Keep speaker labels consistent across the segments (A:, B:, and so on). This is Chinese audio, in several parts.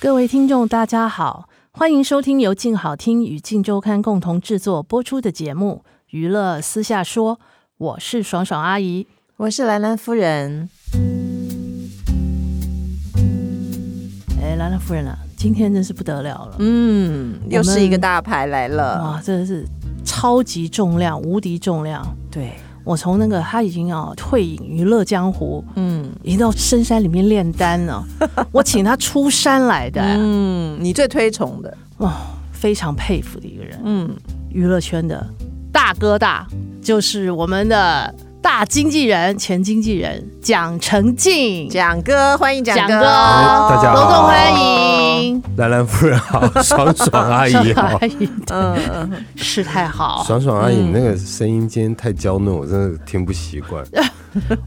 A: 各位听众，大家好，欢迎收听由静好听与静周刊共同制作播出的节目《娱乐私下说》，我是爽爽阿姨。
B: 我是兰兰夫人，
A: 哎，兰兰夫人啊，今天真是不得了了，
B: 嗯，又是一个大牌来了。
A: 哇，真的是超级重量，无敌重量！
B: 对，
A: 我从那个他已经啊退隐娱乐江湖，
B: 嗯
A: 已经到深山里面炼丹 了，我请他出山来的、
B: 嗯，你最推崇的，
A: 哦，非常佩服的一个人，
B: 嗯，
A: 娱乐圈的大哥大，就是我们的大经纪人、前经纪人蒋成进，
B: 蒋哥，欢迎蒋
A: 蒋
B: 哥，
A: 哥哎
C: 大家
A: 隆
C: 好
A: 重欢迎，
C: 兰兰夫人好，爽爽阿姨哎 好，
B: 嗯嗯，嗯
A: 是太好，
C: 爽爽阿姨，你那个声音今天太娇嫩，我真的听不习惯。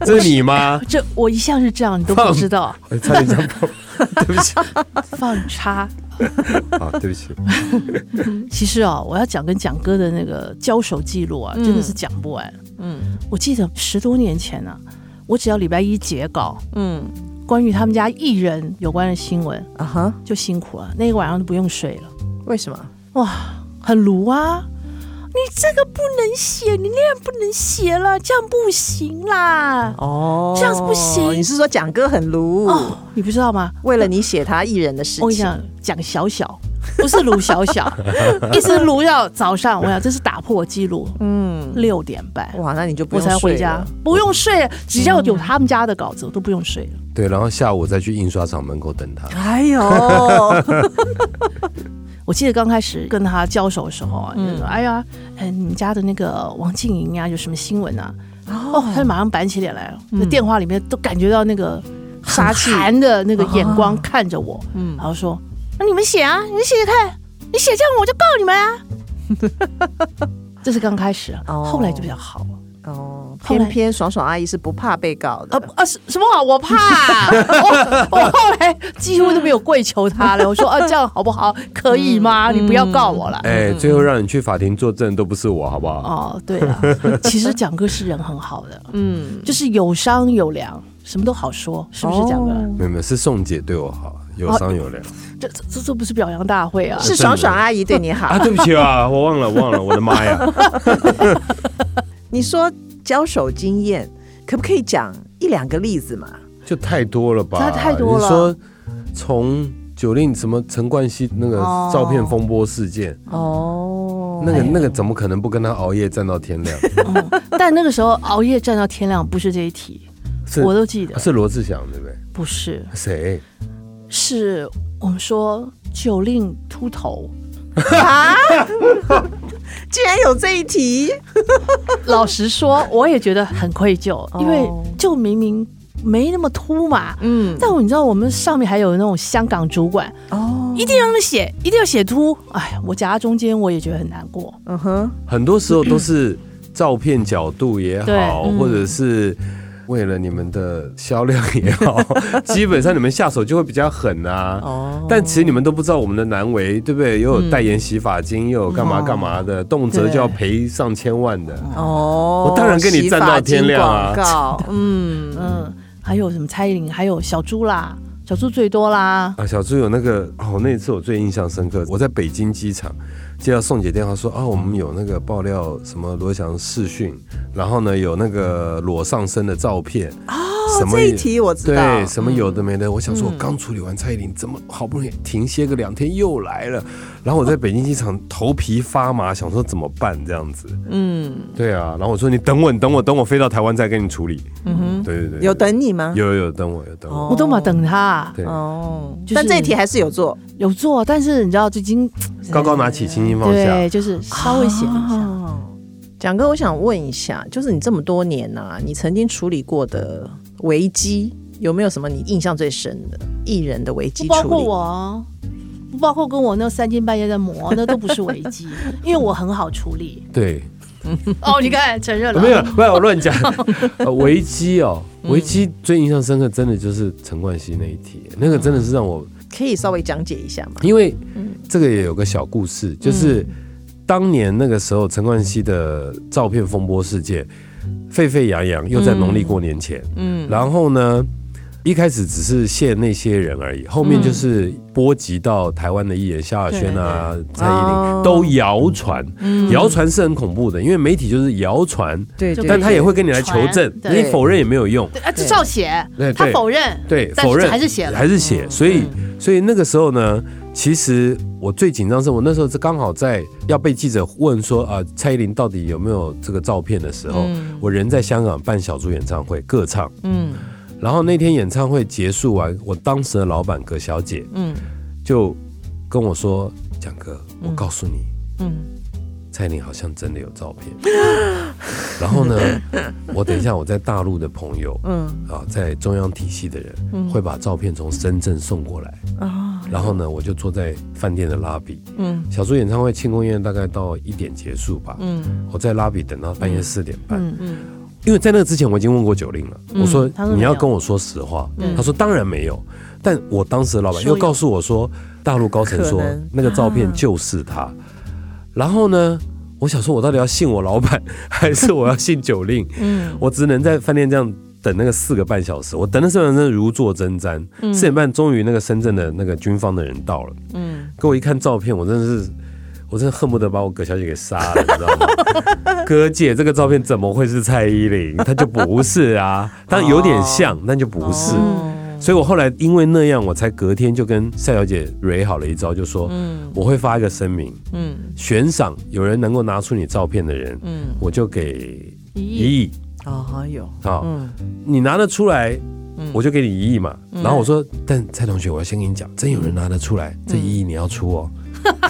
C: 这是你吗？
A: 这我一向是这样，你都不知道，
C: 哎差点讲跑， 对不起，
A: 放叉。
C: 好，对不起，
A: 其实哦，我要讲跟蒋哥的那个交手记录啊，真的是讲不完。
B: 嗯
A: 我记得十多年前啊，我只要礼拜一截稿，
B: 嗯，
A: 关于他们家艺人有关的新闻，
B: 啊哈，
A: 就辛苦了。那个晚上都不用睡了，
B: 为什么？
A: 哇，很炉啊！你这个不能写，你那样不能写了，这样不行啦。
B: 哦
A: 这样子不行
B: 你是说蒋哥很鲁、
A: 哦，你不知道吗？
B: 为了你写他艺人的事
A: 我跟你
B: 情，
A: 讲，讲小小，不是卢小 小，一直卢到早上。我想这是打破记录，
B: 嗯，
A: 六点半
B: 哇，那你就不
A: 我
B: 用
A: 才回
B: 睡
A: 家
B: 了，
A: 不用睡了，只要有他们家的稿子，我都不用睡了。
C: 对，然后下午再去印刷厂门口等他。
B: 哎 呦，哦
A: 我记得刚开始跟他交手的时候啊，就说：“哎呀，哎，你们家的那个王静莹啊，有什么新闻啊？”哦，他就马上板起脸来了，那电话里面都感觉到那个很
B: 杀气
A: 寒的那个眼光看着我，然后说：“那你们写啊，你们写写看，你写这样我就告你们啊。” 这是刚开始啊，
B: 哦
A: 后来就比较好了。
B: 哦，
A: 后来
B: 偏偏爽爽阿姨是不怕被告的，
A: 啊啊什什么啊？我怕、 我我后来几乎都没有跪求他了。我说啊，这样好不好？可以
B: 嗯
A: 吗？你不要告我了。
C: 哎，最后让你去法庭作证都不是我，好不好？
A: 哦，对了，其实蒋哥是人很好的，
B: 嗯，
A: 就是有商有量，什么都好说，是不是蒋哥？
B: 哦
C: 没有没有，是宋姐对我好，有商有量
A: 这这这这不是表扬大会啊！
B: 是爽爽阿姨对你好。
C: 啊！对不起啊，我忘了，忘了，我的妈呀！
B: 你说交手经验，可不可以讲一两个例子嘛？
C: 就太多了吧？
A: 他太多了
C: 你说从九令什么陈冠希那个
B: 哦
C: 照片风波事件，
B: 哦
C: 那个那个怎么可能不跟他熬夜站到天亮？
A: 嗯但那个时候熬夜站到天亮不是这一题，
C: 是
A: 我都记得，
C: 是罗志祥对不对？
A: 不是，
C: 谁？
A: 是我们说九令秃头，
B: 啊，竟然有这一题，
A: 老实说，我也觉得很愧疚，因为就明明没那么秃嘛。
B: 嗯，
A: 但我你知道，我们上面还有那种香港主管，
B: 哦，
A: 一定让他写，一定要写秃。哎呀，我夹在中间，我也觉得很难过。
B: 嗯哼，
C: 很多时候都是照片角度也
A: 对嗯
C: 好，或者是为了你们的销量也 好，基本上你们下手就会比较狠啊。
B: 哦
C: 但其实你们都不知道我们的难为，对不对？又
A: 嗯
C: 有代言洗发精，又有干
A: 哦
C: 嘛干嘛的，动辄就要赔上千万的。
B: 哦
C: 我当然跟你站到天亮啊
B: 洗发精广告， 嗯，
A: 嗯，还有什么蔡依林，还有小猪啦，小猪最多啦。
C: 啊，小猪有那个哦，那一次我最印象深刻，我在北京机场接到宋姐电话说啊，我们有那个爆料什么罗翔视讯，然后呢有那个裸上身的照片，
B: 哦
C: 什，么
B: 这一题我知道嗯
C: 对，，什么有的没的。我想说，我刚处理完蔡依林，怎么好不容易停歇个两天又来了？然后我在北京机场头皮发麻，想说怎么办这样子。
B: 嗯
C: 对啊，然后我说你等我，你等我，等我飞到台湾再跟你处理。
B: 嗯哼，
C: 对对对，
B: 有哦等你吗？
C: 有有有等我有等我。
A: 我都嘛等他
C: 对，
B: 哦
A: 就，是
B: 但这一题还是有做，
A: 有做，但是你知道最近
C: 高高拿起，轻轻放下。
A: 对，就是稍微写一下。
B: 哦。蒋啊哥，我想问一下，就是你这么多年呐、你曾经处理过的危机，有没有什么你印象最深的艺人的危
A: 不
B: 机
A: 包
B: 处
A: 括
B: 理？
A: 我啊，不包括跟我那三更半夜在磨，那都不是危 机，因为我很好处理。
C: 对，
A: 哦，你看承认了，
C: 没有，没有，我乱 讲。呃危机哦，
B: 嗯
C: 危机最印象深刻，真的就是陈冠希那一题，那个真的是让我，
B: 可以稍微讲解一下吗？
C: 因为
B: 嗯
C: 这个也有个小故事，就是当年那个时候陈冠希的照片风波事件沸沸扬扬，又在农历过年前，
B: 嗯，
C: 然后呢，一开始只是限那些人而已，后面
B: 嗯
C: 就是波及到台湾的艺人萧亚轩啊、蔡依
B: 哦嗯
C: 林都谣传，谣传是很恐怖的，因为媒体就是谣传，
B: 对
A: 就
B: 对，
C: 但他也会跟你来求
A: 传
C: 证，你
A: 对
C: 否认也没有用。
A: 对啊，这照写
C: 对，
A: 他
C: 对
A: 否认，
C: 对，
A: 但是
C: 否认
A: 还是写了嗯
C: 还是写。所以，所以那个时候呢，其实我最紧张是我那时候是刚好在要被记者问说啊、蔡依林到底有没有这个照片的时候，
A: 嗯
C: 我人在香港办小猪演唱会歌唱，
B: 嗯
C: 然后那天演唱会结束完，我当时的老板葛小姐
B: 嗯
C: 就跟我说：“蒋哥，我告诉你，
B: 嗯，
C: 蔡依林好像真的有照片。 然后呢，我等一下我在大陆的朋友，嗯啊，在中央体系的人会把照片从深圳送过来。然后呢，我就坐在饭店的拉比，嗯，小猪演唱会庆功宴大概到一点结束吧，嗯，我在拉比等到半夜四点半，
A: 嗯
B: 嗯
C: 因为在那之前我已经问过九令了，我说
A: 他说
C: 你
A: 没
C: 要
A: 有
C: 跟我说实话，他说当然没有，但我当时的老板
A: 说
C: 又
A: 有
C: 告诉我说，大陆高层说
B: 可能
C: 那个照片就是他，然后呢，我想说我到底要信我老板还是我要信九令？
B: 嗯
C: 我只能在饭店这样等那个四个半小时，我等了四个半小时如坐针毡，四点半终于那个深圳的那个军方的人到了，
B: 嗯，
C: 给我一看照片，我真的是，我真的恨不得把我葛小姐给杀了，你知道吗？ 葛姐这个照片怎么会是蔡依林？她就不是啊，但有点像，但就不是。
B: 哦
C: 所以我后来因为那样，我才隔天就跟夏小姐蕊好了一招，就说、
B: 嗯
C: 我会发一个声明，
B: 嗯
C: 悬赏有人能够拿出你照片的人，
B: 嗯，
C: 我就给
A: 一亿
C: 一亿
B: 哦有，
C: 啊。
B: 嗯
C: 你拿得出来
B: 嗯，
C: 我就给你一亿嘛。然后我说，但蔡同学，我要先跟你讲，真有人拿得
B: 嗯
C: 出来，这一亿你要出哦。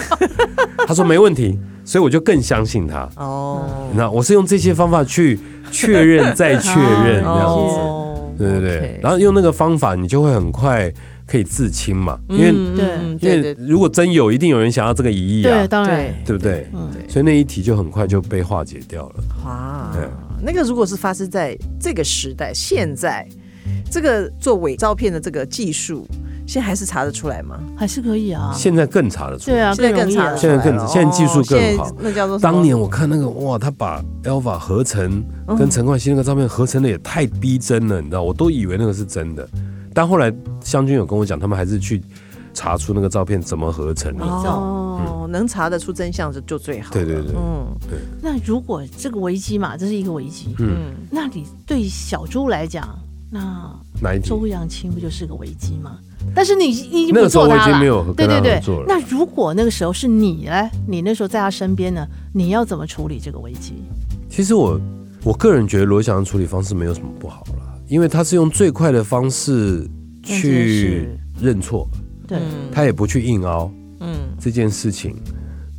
C: 他说没问题，所以我就更相信他。
B: 哦，
C: 那我是用这些方法去 确认再确 认，这样子，
B: 哦
C: 嗯对对对
B: OK。
C: 然后用那个方法，你就会很快可以自清嘛，因为
B: 嗯嗯
C: 因
B: 对
C: 为
B: 对对
C: 如果真有，一定有人想要这个一亿啊
A: 对，，当然，
C: 对不对？
A: 嗯
B: 对
C: 所以那一题就很快就被化解掉了。
B: 哇
C: 对，
B: 那个如果是发生在这个时代，现在这个做伪照片的这个技术，现在还是查得出来吗？
A: 还是可以啊，
C: 现在更查得出来
A: 对。啊，
B: 现在
A: 容
B: 更
A: 易
B: 查
A: 啊
B: 得出
C: 现
B: 来
C: 在
B: 了，
C: 更现在技术更
B: 哦
C: 好
B: 现在那叫做什么
C: 当年我看那个哇，他把 Alpha 合成
B: 嗯
C: 跟陈冠希那个照片合成的也太逼真了，你知道，我都以为那个是真的，但后来湘军有跟我讲，他们还是去查出那个照片怎么合成的。
B: 哦，能查得出真相就就最好了。
C: 嗯对对对
B: 嗯
A: 那如果这个危机嘛，这是一个危机，
C: 嗯，
B: 嗯，
A: 那你对小猪来讲，那
C: 哪一题？
A: 周扬青不就是个危机吗？但是你你已经不
C: 那个时候
A: 做
C: 我
A: 他了，
C: 已嗯经没有
A: 对
C: 跟他
A: 对
C: 合
A: 对
C: 作了。
A: 那如果那个时候是你呢？你那时候在他身边呢，你要怎么处理这个危机？
C: 其实我我个人觉得罗翔的处理方式没有什么不好啦，因为他是用最快的方式去认错，
A: 对，
C: 他也不去硬凹。
B: 嗯
C: 这件事情，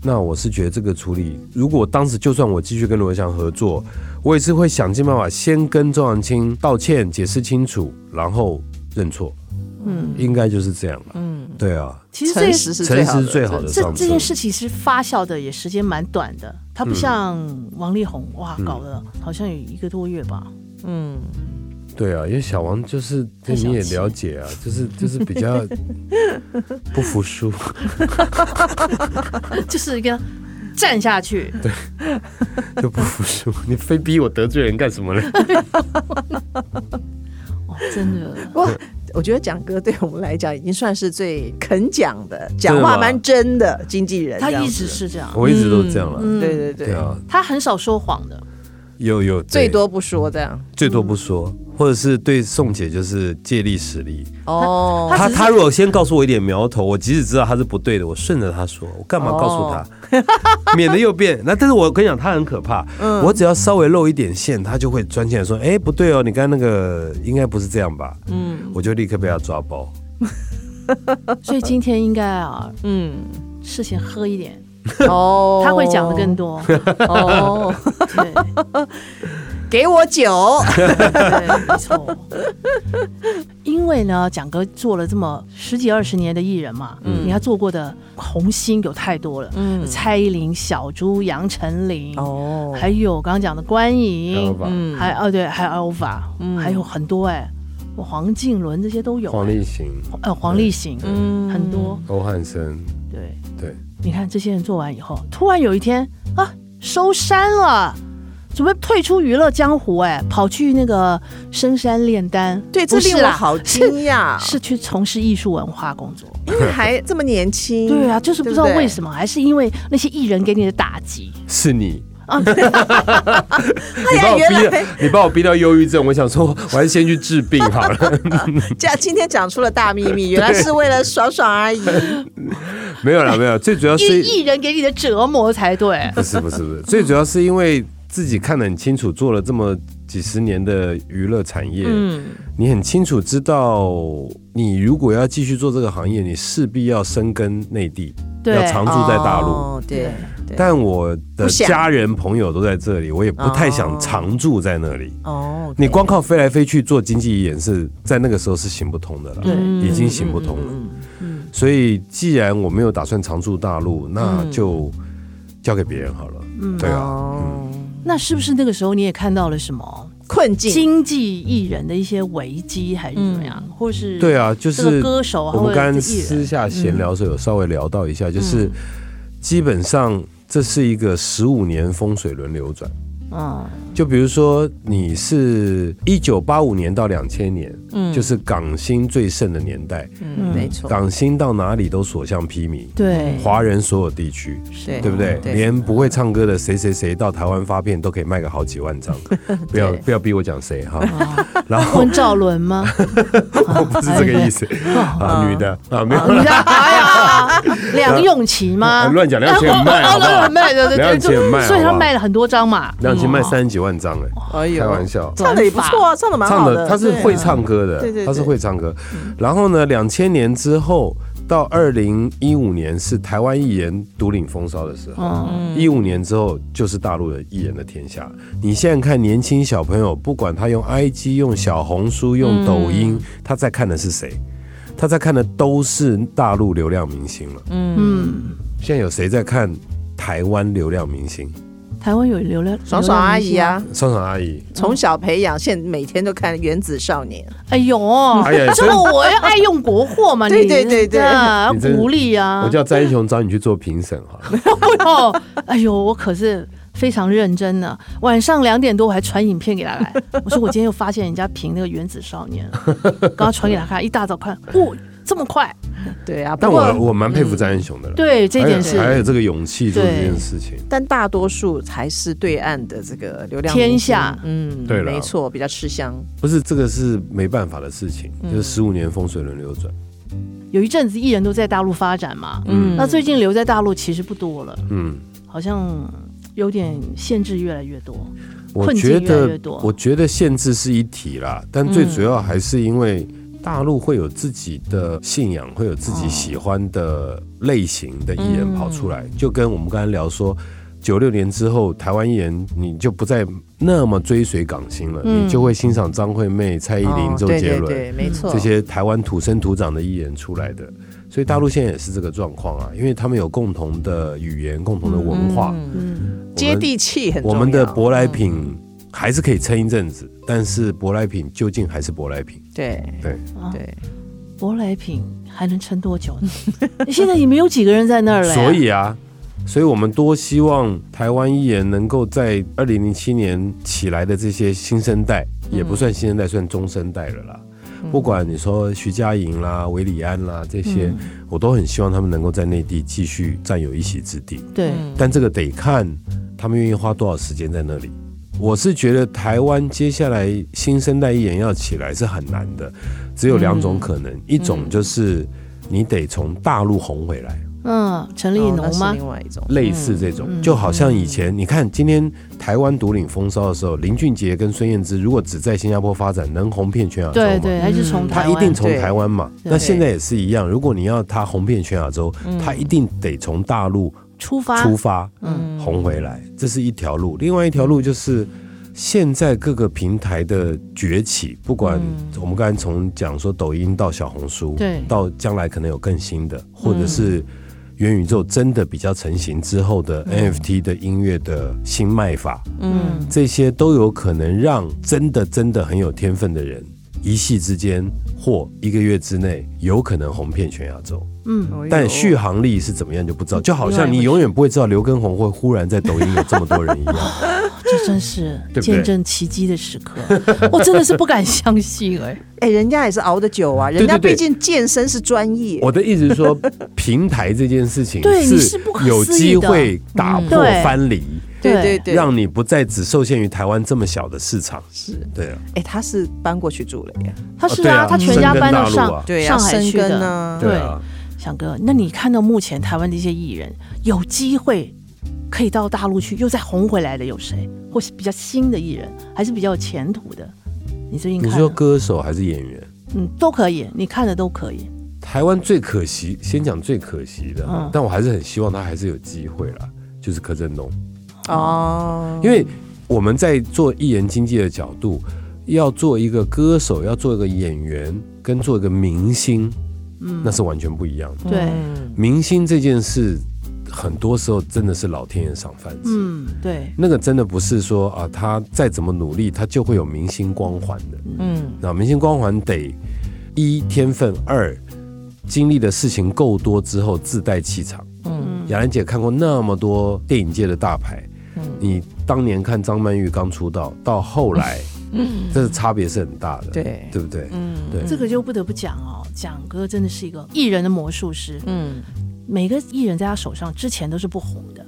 C: 那我是觉得这个处理，如果当时就算我继续跟罗翔合作，我也是会想尽办法先跟周扬青道歉、解释清楚，然后认错，
A: 嗯，
C: 应该就是这样吧？
B: 嗯，
C: 对啊，
A: 其实这
B: 诚实是
C: 诚
B: 最好
C: 实
B: 的，
C: 是最好的
A: 这
C: 上
A: 这
C: 策。
A: 件事情是发酵的，也时间蛮短的。他
B: 嗯
A: 不像王力宏，哇，搞了好像有一个多月吧。
B: 嗯，
C: 对啊，因为小王就是
A: 太小气
C: 你也了解啊，就是 就是比较不服输，
A: 就是一个站下去，
C: 就不服输，你非逼我得罪人干什么呢？
A: 哇，哦真 的，
B: 哇，我觉得蒋哥对我们来讲已经算是最肯讲的，
C: 的
B: 讲
C: 吗
B: 话蛮真的经纪人
A: 他
B: 这样
A: 一
B: 子。
A: 直是这样，
C: 我一直都这样了。
A: 嗯
B: 对对对，
C: 对啊，
A: 他很少说谎 的。
C: 有有对
B: 最多不说这样。
C: 最多不说，或者是对宋姐就是借力使力，
B: 哦，
C: 他
A: 只是
C: 他如果先告诉我一点苗头，我即使知道他是不对的，我顺着他说，我干嘛告诉他，
B: 哦
C: 免得又变。那但是我跟你讲，他很可怕，
B: 嗯
C: 我只要稍微露一点线，他就会钻进来说，哎、不对哦，你刚刚那个应该不是这样吧？嗯，我就立刻被他抓包。
A: 所以今天应该啊，
B: 嗯，
A: 事先喝一点，
B: 哦，
A: 他会讲的更多。
B: 哦。
A: 对，
B: 给我 酒，
A: 对，没错。因为呢，蒋哥做了这么十几二十年的艺人嘛，嗯，你看做过的红星有太多了，嗯，蔡依林、小猪、杨丞琳，
B: 哦
A: 嗯还有我刚刚讲的关颖，
C: 吧？
B: 嗯，
A: 还哦对，还有 Alpha，、还有很多哎、黄靖伦这些都有、
C: 黄
A: 哎
C: 立行、
A: 呃黄立行，
B: 嗯
A: 很多
C: 欧汉生，
A: 对。
C: 对，
A: 你看这些人做完以后，突然有一天啊，收山了，准备退出娱乐江湖、哎，跑去那个深山炼丹。
B: 对，这
A: 不是
B: 令我
A: 啦
B: 好
A: 是
B: 惊啊讶，
A: 是去从事艺术文化工作。
B: 因为还这么年轻，
A: 对啊，就是不知道为
B: 么
A: 什么，还是因为那些艺人给你的打击。
C: 是 你。
B: 哎
C: 你把
B: 呀
C: 我逼
B: 原来
C: 了，你把我逼到忧郁症，我想说，我还是先去治病好了。
B: 这样 今天讲出了大秘密，原来是为了爽爽而 已。
C: 没有啦，没有，最主要
A: 艺
C: 是
A: 艺人给你的折磨才对，
C: 不是不是不是，最主要是因为自己看得很清楚，做了这么几十年的娱乐产业，
B: 嗯，
C: 你很清楚知道，你如果要继续做这个行业，你势必要深耕内地，
A: 对
C: 要常住在大陆。
B: 哦对对，
C: 但我的
B: 不想
C: 家人朋友都在这里，我也不太
B: 哦
C: 想常住在那里。
B: 哦，
C: 你光靠飞来飞去做经济演是在那个时候是行不通的了，已经行不通了。
A: 嗯
C: 所以既然我没有打算常驻大陆，那就交给别人好了。
A: 嗯
C: 对啊，
B: 哦，
A: 那是不是那个时候你也看到了什么
B: 困境
A: 经济艺人的一些危机，还是怎么
B: 嗯
A: 样，或是
C: 对啊，就
A: 这个
C: 是
A: 歌手啊
C: 我
A: 或
C: 们
A: 者
C: 刚刚
A: 是艺人嗯
C: 私下闲聊的时候有稍微聊到一下，就是基本上这是一个十五年风水轮流转。
A: 嗯
C: 就比如说，你是一九八五年到两千年，嗯，就是港星最盛的年代，
B: 嗯，没错，
C: 港星到哪里都所向披靡，
A: 对
C: 华人所有地区，
B: 对
C: 对不对？连不会唱歌的谁谁谁到台湾发片都可以卖个好几万张，不要不要逼我讲谁哈， 然后
A: 温兆伦吗？
C: 我不是这个意思啊，女的啊没有啊
A: 你看， 哎呀，梁咏琪吗？
C: 乱讲，梁咏琪很卖好不
A: 哦
C: 好
A: 很？卖，对对对，
C: 梁咏琪很卖
A: 所以
C: 好
A: 他
C: 不好
A: 卖了很多张嘛。
C: 梁咏琪卖三十几万张哎，
B: 哎呦
C: 开玩笑，
B: 唱的也不错啊，唱的蛮
C: 唱
B: 好
C: 的他是
B: 对啊
C: 会唱歌的，
B: 对对对嗯
C: 他是会唱歌。然后呢，两千年之后到二零一五年是台湾艺人独领风骚的时
B: 哦
C: 候，一五、年之后就是大陆的艺人的天下。你现在看年轻小朋友，不管他用 IG、用小红书、
B: 嗯
C: 用抖音，他在看的是谁？他在看的都是大陆流量明星了。
A: 嗯，
C: 现在有谁在看台湾流量明星？
A: 台湾有流量，
B: 爽爽阿姨
A: 流量明
B: 啊，
C: 双爽阿姨，
B: 嗯从小培养，现在每天都看《原子少年
A: 星，哎呦，
C: 哎呀，
A: 这
C: 所以
A: 个我要爱用国货嘛，
B: 对
A: 你
B: 对对对
A: 啊
C: 你
A: 要
C: 真
A: 鼓励啊
C: 我。叫詹英雄找你去做评审好 了。
A: 哦，哎呦，我可是。非常认真呢，晚上两点多我还传影片给他来，我说我今天又发现人家评那个《原子少年》了，刚刚传给他看，一大早看，哦，这么快，》。
B: 对啊，
C: 但
B: 不
C: 我
B: 过
C: 我蛮佩服詹英雄的了。
A: 对这一点是
C: 还有还有这个勇气做这件事情。
B: 但大多数还是对岸的这个流量
A: 天
B: 明星
A: 下
B: 嗯，
C: 对了
B: 没错，比较吃香。
C: 不是这个是没办法的事情，
A: 嗯
C: 就是十五年风水轮流转。
A: 有一阵子艺人都在大陆发展嘛，
C: 嗯
A: 那最近留在大陆其实不多了，
C: 嗯，
A: 好像有点限制越来越多。
C: 我
A: 困境
C: 觉
A: 越来越
C: 得
A: 多
C: 我觉得限制是一体啦，但最主要还是因为
A: 嗯
C: 大陆会有自己的信仰，会有自己喜欢的类型的艺人跑出
A: 嗯
C: 来，就跟我们刚才聊说。九六年之后，台湾艺人你就不再那么追随港星了，
A: 嗯
C: 你就会欣赏张惠妹、蔡依林、
B: 哦
C: 周
B: 对
C: 杰
B: 对
C: 伦，
B: 对，没错，
C: 这些台湾土生土长的艺人出来的，所以大陆现在也是这个状况
B: 嗯
C: 啊，因为他们有共同的语言、共同的文化，
A: 嗯，
B: 接地气很重
C: 我
B: 要。嗯
C: 们的舶来品还是可以撑一阵子，但是舶来品究竟还是舶来品，
B: 对
C: 对，
A: 啊
B: 对，
A: 舶来品还能撑多久呢？ 现在也没有几个人在那儿了呀。
C: 所以啊。所以，我们多希望台湾艺人能够在二零零七年起来的这些新生代，
B: 嗯
C: 也不算新生代，算中生代了啦。不管你说徐佳莹啦、韦礼安啦这
B: 嗯
C: 些，我都很希望他们能够在内地继续占有一席之地。
A: 对，
C: 但这个得看他们愿意花多少时间在那里。我是觉得台湾接下来新生代艺人要起来是很难的，只有两种可
A: 嗯
C: 能，一种就是你得从大陆红回来，
A: 嗯，陈立
B: 哦那
A: 农
B: 是
A: 吗？
B: 另外一种
C: 类似这种，
A: 嗯
C: 就好像以前你看今天台湾独领风骚的时候，林俊杰跟孙燕姿如果只在新加坡发展，能红遍全亚洲吗？
A: 对对，还是从
C: 嗯他
A: 台
C: 一
A: 湾。
C: 定从
B: 对
C: 台湾嘛，
A: 对嗯
C: 那现在也是一样。如果你要他红遍全亚洲，他一定得从大陆
A: 出发。嗯
C: 出发，红回来，这是一条路。另外一条路就是现在各个平台的崛起，不管我们刚才从讲说抖音到小红书，
A: 嗯对嗯
C: 到将来可能有更新的，或者是元宇宙真的比较成型之后的 NFT 的音乐的新卖法，
A: 嗯，
C: 这些都有可能让真的真的很有天分的人，一夕之间或一个月之内，有可能红遍全亚洲。
A: 嗯
B: 哎呦
C: 但续航力是怎么样就不知道，就好像
A: 另外一回
C: 你
A: 事
C: 永远不会知道刘畊宏会忽然在抖音有这么多人 一样。
A: 这真是
C: 对不对
A: 见证奇迹的时刻，我真的是不敢相信 哎。
C: 哦
B: 哎、人家也是熬得久啊，人
C: 对
B: 家
C: 对
B: 毕竟健身是专业。
C: 我的意思是说，平台这件事情
A: 对你是不可
C: 有
A: 思
C: 机
A: 议的嗯
C: 会打破
A: 对
C: 藩篱，嗯
B: 对对对，
C: 让你不再只受限于台湾这么小的市场。
B: 是
C: 对啊，
B: 哎、他是搬过去住了耶，
A: 他是
C: 对啊
A: 啊，他全家搬到
C: 深
A: 上
C: 耕大陆啊
B: 对啊
A: 上海去
B: 深耕
A: 的
B: 啊。
C: 对啊，
A: 翔哥，那你看到目前台湾的一些艺人有机会可以到大陆去又再红回来的有谁？或是比较新的艺人，还是比较有前途的？你最近
C: 你
A: 看
C: 说
A: 了？
C: 歌手还是演员？
A: 嗯，都可以，你看的都可以。
C: 台湾最可惜，先讲最可惜的，
A: 嗯
C: 但我还是很希望他还是有机会啦，就是柯震东，
B: 哦，
C: 因为我们在做艺人经济的角度，要做一个歌手，要做一个演员，跟做一个明星，那是完全不一样的。
A: 嗯对，
C: 明星这件事，很多时候真的是老天爷赏饭吃。
A: 嗯，对，
C: 那个真的不是说啊，他再怎么努力，他就会有明星光环的。
B: 嗯，
C: 那明星光环得一天分，二经历的事情够多之后自带气场。嗯，雅兰姐看过那么多电影界的大牌，你当年看张曼玉刚出道，到后来，这差别是很大的，
B: 对
C: 对不对？嗯，对。
A: 这个就不得不讲哦，蒋哥真的是一个艺人的魔术师。
B: 嗯，
A: 每个艺人在他手上之前都是不红的。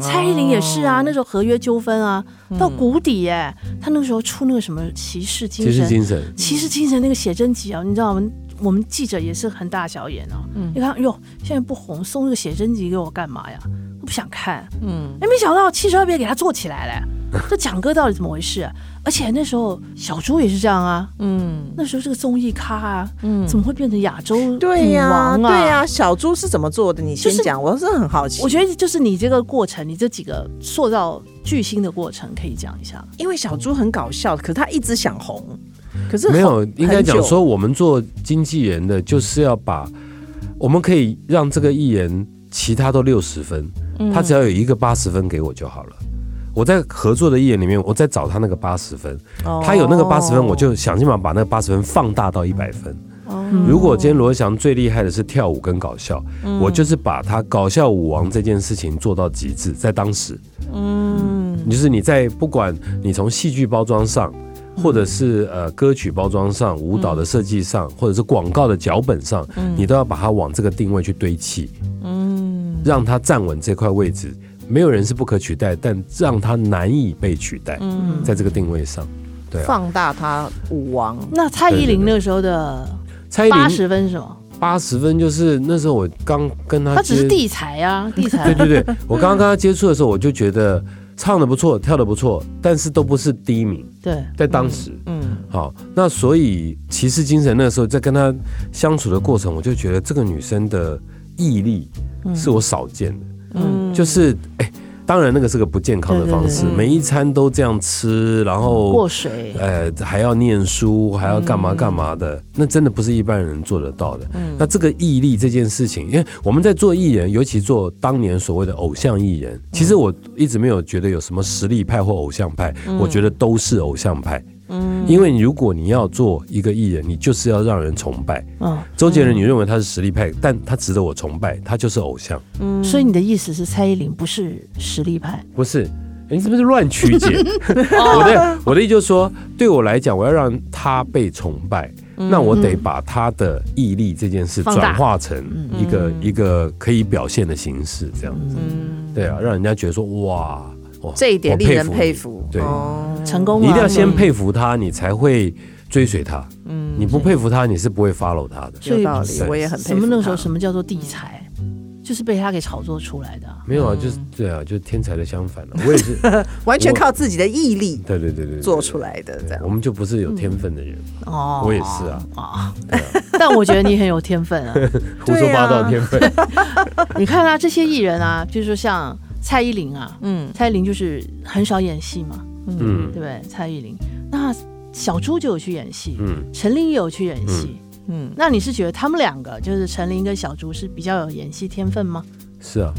A: 蔡依林也是
B: 哦
A: 啊，那时候合约纠纷啊，
B: 嗯
A: 到谷底耶、他那个时候出那个什么骑士精
C: 其实
A: 神，
C: 精神，
A: 骑士精神那个写真集啊，你知道我们我们记者也是很大小眼哦。
B: 嗯
A: 你看，哟，现在不红，送这个写真集给我干嘛呀？我不想看。嗯，哎，没想到七十二变给他做起来了。 这蒋哥到底怎么回事、而且那时候小猪也是这样啊，嗯，那时候是个综艺咖啊，嗯，怎么会变成亚洲女
B: 对呀、
A: 王啊？
B: 对呀、小猪是怎么做的？你先
A: 就是
B: 讲，我是很好奇。
A: 我觉得就是你这个过程，你这几个塑造巨星的过程，可以讲一下。
B: 因为小猪很搞笑，可是他一直想红，可是
C: 没有
B: 红，
C: 应该讲，
B: 很久
C: 说我们做经纪人的就是要把，我们可以让这个艺人其他都六十分，
B: 嗯
C: 他只要有一个八十分给我就好了。我在合作的艺人里面，我在找他那个八十分，他有那
B: 哦
C: 个八十分，我就想尽办法把那个八十分放大到一百分。
A: 嗯
C: 如果今天罗翔最厉害的是跳舞跟搞笑，我就是把他搞笑舞王这件事情做到极致，在当时，嗯，就是你在不管你从戏剧包装上，
A: 嗯
C: 或者是呃歌曲包装上、舞蹈的设计
A: 嗯
C: 上，或者是广告的脚本上，你都要把它往这个定位去堆砌，嗯，让它站稳这块位置。没有人是不可取代，但让它难以被取代，
A: 嗯
C: 在这个定位上，对啊。
B: 放大他舞王，
A: 那蔡依林
C: 对对对
A: 那个时候的
C: 蔡依
A: 八
C: 林
A: 十分是什么？
C: 八十分就是那时候我刚跟他，
A: 她只是地才啊，地才
C: 对。对对，我刚刚跟他接触的时候，我就觉得唱的不错，跳的不错，但是都不是第一名，
A: 对，
C: 在当时。
B: 嗯，
C: 好，那所以骑士精神那个时候在跟他相处的过程，我就觉得这个女生的毅力是我少见的，
A: 嗯
C: 就是哎、当然那个是个不健康的方式，
A: 对对
C: 每一餐都这样吃，然
A: 过
C: 后
A: 水。
C: 呃还要念书，还要干嘛干嘛的，那真的不是一般人做得到的。那这个毅力这件事情，因为我们在做艺人，尤其做当年所谓的偶像艺人，其实我一直没有觉得有什么实力派或偶像派，我觉得都是偶像派。因为如果你要做一个艺人，你就是要让人崇拜。
A: 嗯，
C: 周杰伦，你认为他是实力派，但他值得我崇拜，他就是偶像，
A: 所以你的意思是蔡依林不是实力派？
C: 不是？诶你是不是乱 曲解？ 我
B: 哦
C: 的我的意思就是说，对我来讲，我要让他被崇拜，
B: 嗯
C: 那我得把他的毅力这件事
A: 放大
C: 转化成
B: 嗯
C: 一个一个可以表现的形式，这样子。对啊，让人家觉得说哇，哇
B: 嗯这一点令人
C: 我
B: 佩服。
C: 对
B: 哦，
A: 成功
C: 嗯
A: 啊
C: 你
A: 了，
C: 一定要先佩服他，你才会追随他。
B: 嗯
C: 你不佩服他，你是不会 follow 他的。
A: 所
B: 有
A: 以
B: 道理
C: 是，
B: 我也很佩
A: 什
B: 服
A: 么
B: 他。
A: 那个时候什么叫做地才，就是被他给炒作出来的啊。
C: 没有啊，
B: 嗯
C: 就是对啊，就是天才的相反了、我也是，
B: 完全
C: 我
B: 靠自己的毅力
C: 对对对对 对，
B: 做出来的，嗯这
C: 对。
B: 样
C: 我们就不是有天分的人，
A: 哦，
C: 我也是啊，
A: 啊。 但我觉得你很有天分啊！
C: 胡说八道天分。
A: 你看啊，这些艺人啊，比如说像蔡依林啊，
B: 嗯
A: 蔡依林就是很少演戏嘛，
C: 嗯
A: 对不对？蔡依林，那小猪就有去演戏，
C: 嗯，
A: 陈琳也有去演戏。
B: 嗯，
A: 那你是觉得他们两个，就是陈琳跟小猪，是比较有演戏天分吗？
C: 是啊，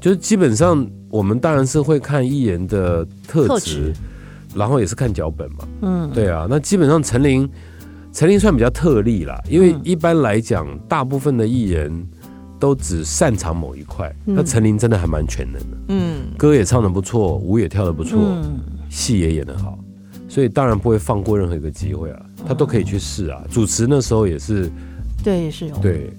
C: 就是基本上我们当然是会看艺人的特
A: 特
C: 质
A: 质，
C: 然后也是看脚本嘛。
A: 嗯，
C: 对啊，那基本上陈琳，陈琳算比较特例啦，
A: 嗯
C: 因为一般来讲，大部分的艺人都只擅长某一块，
A: 嗯
C: 那陈琳真的还蛮全能的，
B: 嗯
C: 歌也唱得不错，舞也跳得不错，
A: 嗯，
C: 戏也演得好，所以当然不会放过任何一个机会啊，
A: 哦
C: 他都可以去试啊。主持那时候也是，
A: 对，也是有。，
C: 对，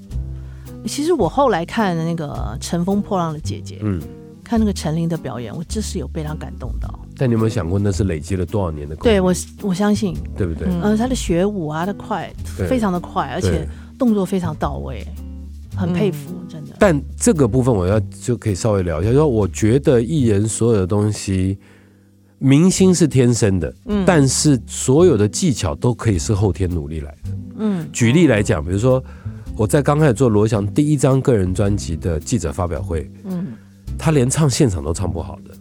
A: 其实我后来看那个《乘风破浪的姐姐》，
C: 嗯。
A: 看那个陈琳的表演，我真是有被她感动到。
C: 但你有没有想过，那是累积了多少年的功力？
A: 对我，我相信，
C: 对不对？
B: 嗯
A: 呃，她的学舞啊，她的快，
C: 对
A: 非常的快，而且
C: 对嗯
A: 动作非常到位，很佩服，真的。
C: 但这个部分我要就可以稍微聊一下，就是说我觉得艺人所有的东西，明星是天生的，
A: 嗯
C: 但是所有的技巧都可以是后天努力来的。
A: 嗯
C: 举例来讲，比如说我在刚开始做罗翔第一张个人专辑的记者发表会，
A: 嗯，
C: 他连唱现场都唱不好的。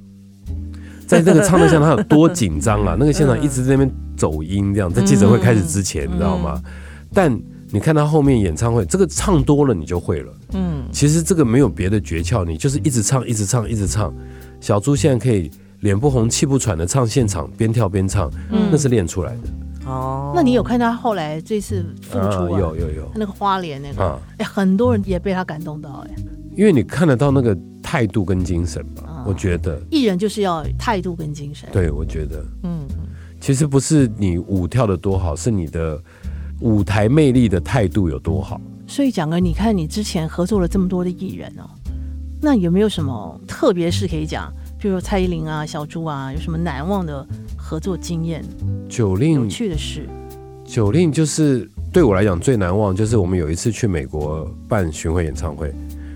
C: 在那个唱的现场，他有多紧 张啊！那个现场一直在那边走音，这样在记者会开始之前，你知道
A: 嗯
C: 吗？但你看他后面演唱会，这个唱多了你就会了。
B: 嗯
C: 其实这个没有别的诀窍，你就是一直唱，一直唱，一直唱。小猪现在可以脸不红气不喘的唱现场，边跳边唱，
A: 嗯
C: 那是练出来的。
B: 哦，
A: 那你有看她后来这次复出啊？
C: 有有有
A: 她那个花莲那个，
C: 啊，
A: 哎，很多人也被她感动到，哎，
C: 因为你看得到那个态度跟精神吧
A: 啊，
C: 我觉得，
A: 艺人就是要态度跟精神。
C: 对我觉得，
B: 嗯
C: 其实不是你舞跳得多好，是你的舞台魅力的态度有多好。
A: 所以蒋哥，你看你之前合作了这么多的艺人哦，那有没有什么特别事可以讲？比如说蔡依林啊、小猪啊，有什么难忘的合作经验、
C: 九
A: 有
C: 令
A: 趣的事？
C: 九令就是对我来讲最难忘，就是我们有一次去美国办巡回演唱会，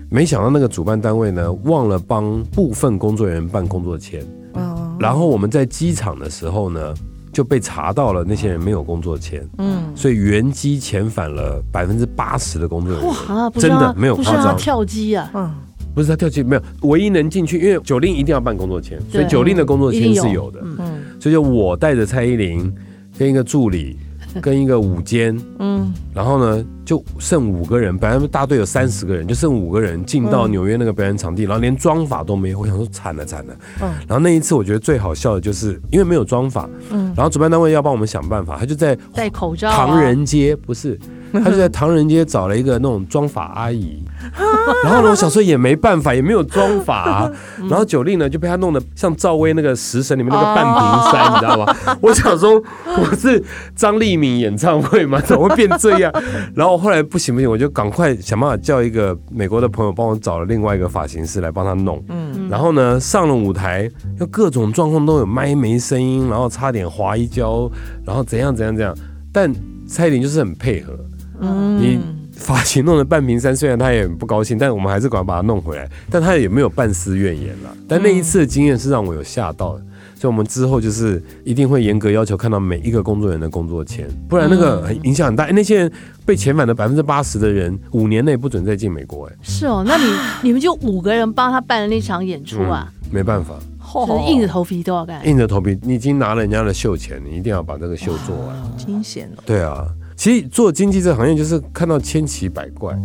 C: 没想到那个主办单位呢忘了帮部分工作人员办工作签，
B: 哦
C: 然后我们在机场的时候呢就被查到了那些人没有工作签，
B: 嗯
C: 所以原机遣返了百分之八十的工作人员。
A: 啊，不是让
C: 真
A: 他
C: 的没有
A: 不是
C: 夸
A: 让他
C: 张
A: 跳机啊，
B: 嗯
C: 不是他跳进没有，唯一能进去，因为九令一定要办工作签，所以
A: 对
C: 九令的工作
A: 一
C: 签
A: 定
C: 是有的。
A: 嗯
B: 嗯
C: 所以就我带着蔡依林跟一个助 理跟一个舞监。
B: 嗯
C: 然后呢，就剩五个人，本来大队有三十个人，就剩五个人进到
A: 嗯
C: 纽约那个表演场地，然后连妆法都没有。我想说惨了惨了。
B: 嗯
C: 然后那一次我觉得最好笑的就是因为没有妆法，
B: 嗯
C: 然后主办单位要帮我们想办法，他就在
A: 戴口罩、啊，
C: 唐人街不是，他 就在唐人街找了一个那种妆法阿姨。 然后呢，我想说也没办法，也没有妆法、啊。然后九令呢就被他弄得像赵薇那个《食神》里面那个半屏山，你知道吗？ 我想说我是张立敏演唱会吗？怎么会变这样？ 然后后来不行不行，我就赶快想办法叫一个美国的朋友帮我找了另外一个发型师来帮他弄。
B: 嗯
C: 然后呢，上了舞台，就各种状况都有，麦没声音，然后差点滑一跤，然后怎样怎样怎样。但蔡依林就是很配合，
B: 嗯，
C: 你发型弄得半瓶山，虽然她也很不高兴，但我们还是赶快把它弄回来。但她也没有半丝怨言了。但那一次的经验是让我有吓到的，所以我们之后就是一定会严格要求看到每一个工作人员的工作签，不然那个很影响很大。哎那些人被遣返的百分之八十的人，五年内不准再进美国、哎，
A: 是哦， 那你你们就五个人帮他办了那场演出啊，
C: 嗯哎没办法。
A: 就是硬着头皮都要干。
C: 硬着头皮，你已经拿了人家的秀钱，你一定要把这个秀做完。
B: 惊险哦，
C: 对啊，其实做经济这行业就是看到千奇百 怪。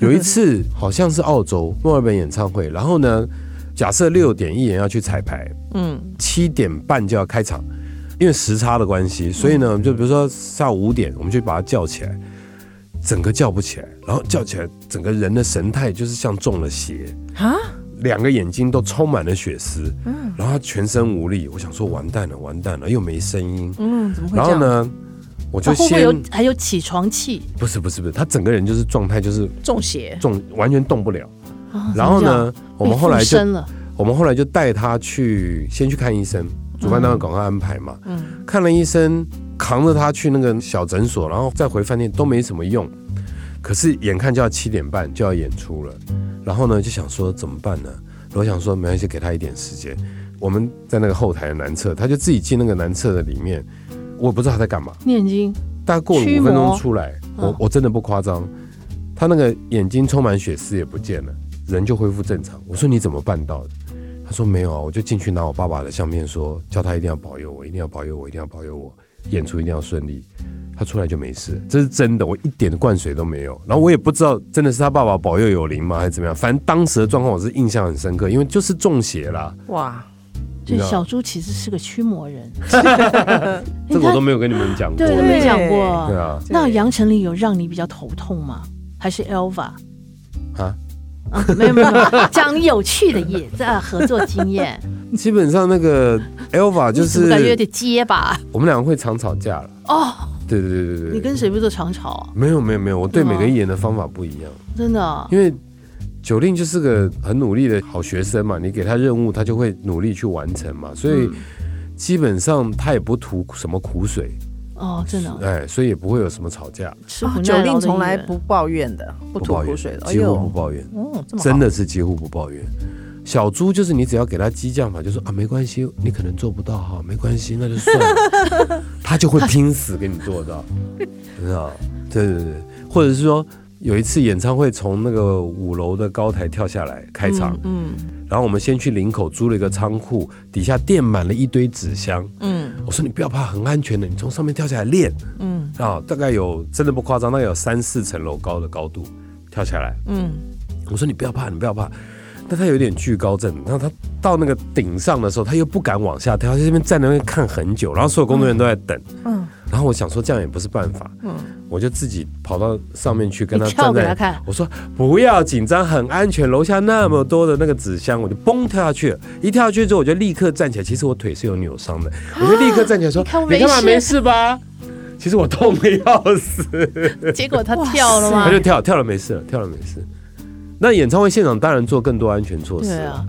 C: 有一次好像是澳洲墨尔本演唱会，然后呢，假设六点艺人要去彩排，
B: 嗯
C: 七点半就要开场，因为时差的关系，所以呢，
B: 嗯
C: 就比如说下午五点，我们就把他叫起来，整个叫不起来，然后叫起来，整个人的神态就是像中了邪，
B: 啊
C: 两个眼睛都充满了血丝，
B: 嗯
C: 然后他全身无力，我想说完蛋了，完蛋了，又没声音，
B: 嗯，怎么会
C: 然
B: 这样？
C: 后呢，我就
A: 那会不
C: 先
A: 会有还有起床气？
C: 不是不是不是，他整个人就是状态就是
B: 中邪，
C: 重，完全动不了。
A: 啊
C: 然后？呢，
A: 怎么这
C: 我
A: 样
C: 们后来
A: 被附
C: 就
A: 身了，
C: 我们后来就带他去先去看医生，主办单位赶快安排嘛。
B: 嗯
C: 看了医生，扛着他去那个小诊所，然后再回饭店都没什么用。可是眼看就要七点半就要演出了，然后呢就想说怎么办呢？我想说没关系，给他一点时间。我们在那个后台的男厕，他就自己进那个男厕的里面，我不知道他在干嘛。
A: 念经
C: 大概过了
A: 驱
C: 五分钟
A: 魔
C: 出来，我
A: 嗯
C: 我真的不夸张，他那个眼睛充满血丝也不见了，人就恢复正常。我说你怎么办到的？他说没有啊，我就进去拿我爸爸的相片说，叫他一定要保佑我，一定要保佑我，一定要保佑我，演出一定要顺利。他出来就没事，这是真的，我一点的灌水都没有。然后我也不知道真的是他爸爸保佑有灵吗，还是怎么样？反正当时的状况我是印象很深刻，因为就是中邪啦。
B: 哇，
A: 所以
C: 你知道
A: 小猪其实是个驱魔人，
C: 这个我都没有跟你们讲过。
A: 对，都没讲过。
C: 对啊，
A: 那杨丞琳有让你比较头痛吗？还是 Elva？
C: 啊，
A: 啊，没有没有，没有 讲你有趣的也在合作经验，
C: 基本上那个 Elva 就
A: 你怎么
C: 是
A: 感觉有点结巴
C: 我们两个会常吵架了。
A: 哦。
C: 对对对对对，
A: 你跟谁不都常吵啊？
C: 没有没有没有，我对
A: 是吗
C: 每个人演的方法不一样，
A: 真的啊
C: 因为九令就是个很努力的好学生嘛，你给他任务，他就会努力去完成嘛，所
B: 嗯
C: 以基本上他也不吐什么苦水，
A: 哦，真的啊
C: 哎，所以也不会有什么吵架，
A: 吃苦
B: 九
A: 耐劳
B: 令
A: 的
B: 从来
A: 艺人
B: 不抱怨的，不
C: 不
B: 吐
C: 抱
B: 苦
C: 怨，
B: 水的，哎
C: 几乎不抱怨，
B: 哦，这么好
C: 真的是几乎不抱怨。小猪就是你只要给他激将法，就说啊没关系，你可能做不到哈，没关系，那就算了， 他就会拼死给你做到，你知道？对对对，或者是说有一次演唱会从那个五楼的高台跳下来开场，
B: 嗯
C: 然后我们先去林口租了一个仓库，底下垫满了一堆纸箱，
B: 嗯
C: 我说你不要怕，很安全的，你从上面跳下来练
B: 嗯
C: 啊，大概有真的不夸张，大概有三四层楼高的高度跳下来。
B: 嗯，
C: 我说你不要怕，你不要怕。但他有点惧高症，然后他到那个顶上的时候，他又不敢往下跳，他在那边站在那边看很久，然后所有工作人员都在等。
B: 嗯
C: 然后我想说这样也不是办法，
B: 嗯
C: 我就自己跑到上面去跟他
A: 你跳
C: 站
A: 给
C: 在，
A: 他看
C: 我说不要紧张，很安全，楼下那么多的那个纸箱，我就嘣跳下去了。一跳下去之后，我就立刻站起来，其实我腿是有扭伤的，我就立刻站起来说：“
A: 啊你看我
C: 你
A: 没
C: 干嘛
A: 事
C: 没事吧？”其实我痛的要死。
A: 结果他跳了
C: 他
A: 吗
C: 就？跳跳了没事了，跳了没事。那演唱会现场当然做更多安全措施
A: 对
C: 了
A: 啊，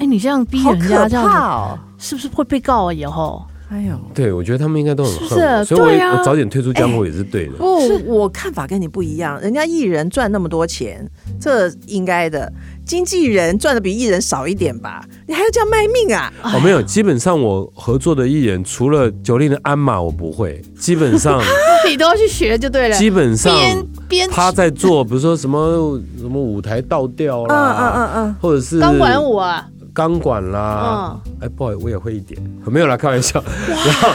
A: 哎，你这样逼
B: 好
A: 人家
B: 可
A: 这样
B: 怕哦！
A: 子，是不是会被告啊？以后
B: 哎呦，
C: 对，我觉得他们应该都很
A: 是
C: 恨我，
A: 是
C: 所以我
A: 对
C: 也、
A: 啊哎
C: 我早点退出江湖也是对的。
B: 不，我看法跟你不一样。人家艺人赚那么多钱，这应该的。经纪人赚的比艺人少一点吧？你还要这样卖命啊？
C: 哦，没有，基本上我合作的艺人，除了九令的鞍马我不会，基本上
A: 你都要去学就 对了。
C: 基本上
D: 编编
C: 他在做，比如说什么什么舞台倒吊
B: 嗯
C: 啦，
B: 嗯嗯嗯，
C: 或者是
A: 钢管舞啊，
C: 钢管啦，哎，不好意思，我也会一点，没有啦，开玩笑。然后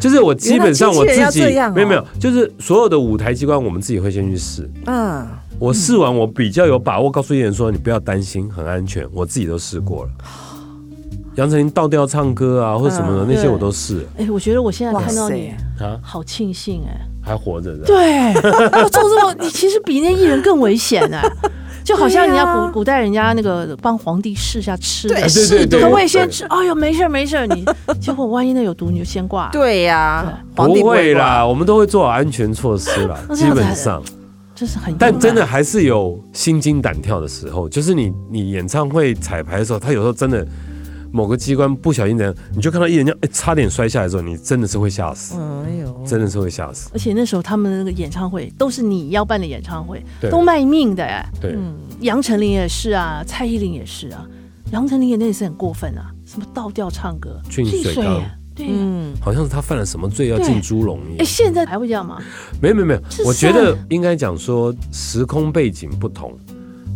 C: 就是我基本上我
B: 原来
C: 自
B: 经纪人要
C: 己
B: 这样哦
C: 没有没有，就是所有的舞台机关我们自己会先去试，
B: 嗯，
C: 我试完，我比较有把握告诉艺人说，你不要担心，很安全。我自己都试过 了。杨丞琳倒吊唱歌啊，或者什么的、
A: 嗯
C: 那些，
A: 对
C: 我都试了
A: 哎，我觉得我现在
B: 哇
A: 看到你
B: 塞，
C: 啊，
A: 好庆幸哎。
C: 还活着的。
A: 对，我做这么，你其实比那艺人更危险 哎、就好像人家古、
B: 对啊
A: 古代人家那个帮皇帝试下吃的
B: 对，
C: 啊，对对对，
A: 可
C: 对
A: 我也先吃，哎呦没事儿没事儿， 你结果万一那有毒你就先挂。，
B: 对呀，皇帝
C: 不会
B: 管
C: 啦，我们都会做好安全措施 啦，
A: 那这
C: 基
A: 样才
C: 本上。
A: 这是很
C: 但真的还是有心惊胆跳的时候，就是你你演唱会彩排的时候，他有时候真的某个机关不小心怎样，你就看到艺人家哎、差点摔下来的时候，你真的是会吓死，
B: 嗯哎呦，
C: 真的是会吓死。
A: 而且那时候他们那个演唱会都是你要办的演唱会，
C: 对
A: 都卖命的哎、
C: 对，
A: 杨丞琳也是啊，蔡依林也是啊，杨丞琳也那也是很过分啊，什么倒吊唱歌，
C: 进水缸
A: 哎对啊。
B: 嗯，
C: 好像是他犯了什么罪要进
A: 对
C: 猪笼一
A: 哎，
C: 样。
A: 现在还会这样吗？
C: 没有没有没有
A: 是，
C: 我觉
A: 算
C: 得应该讲说时空背景不同，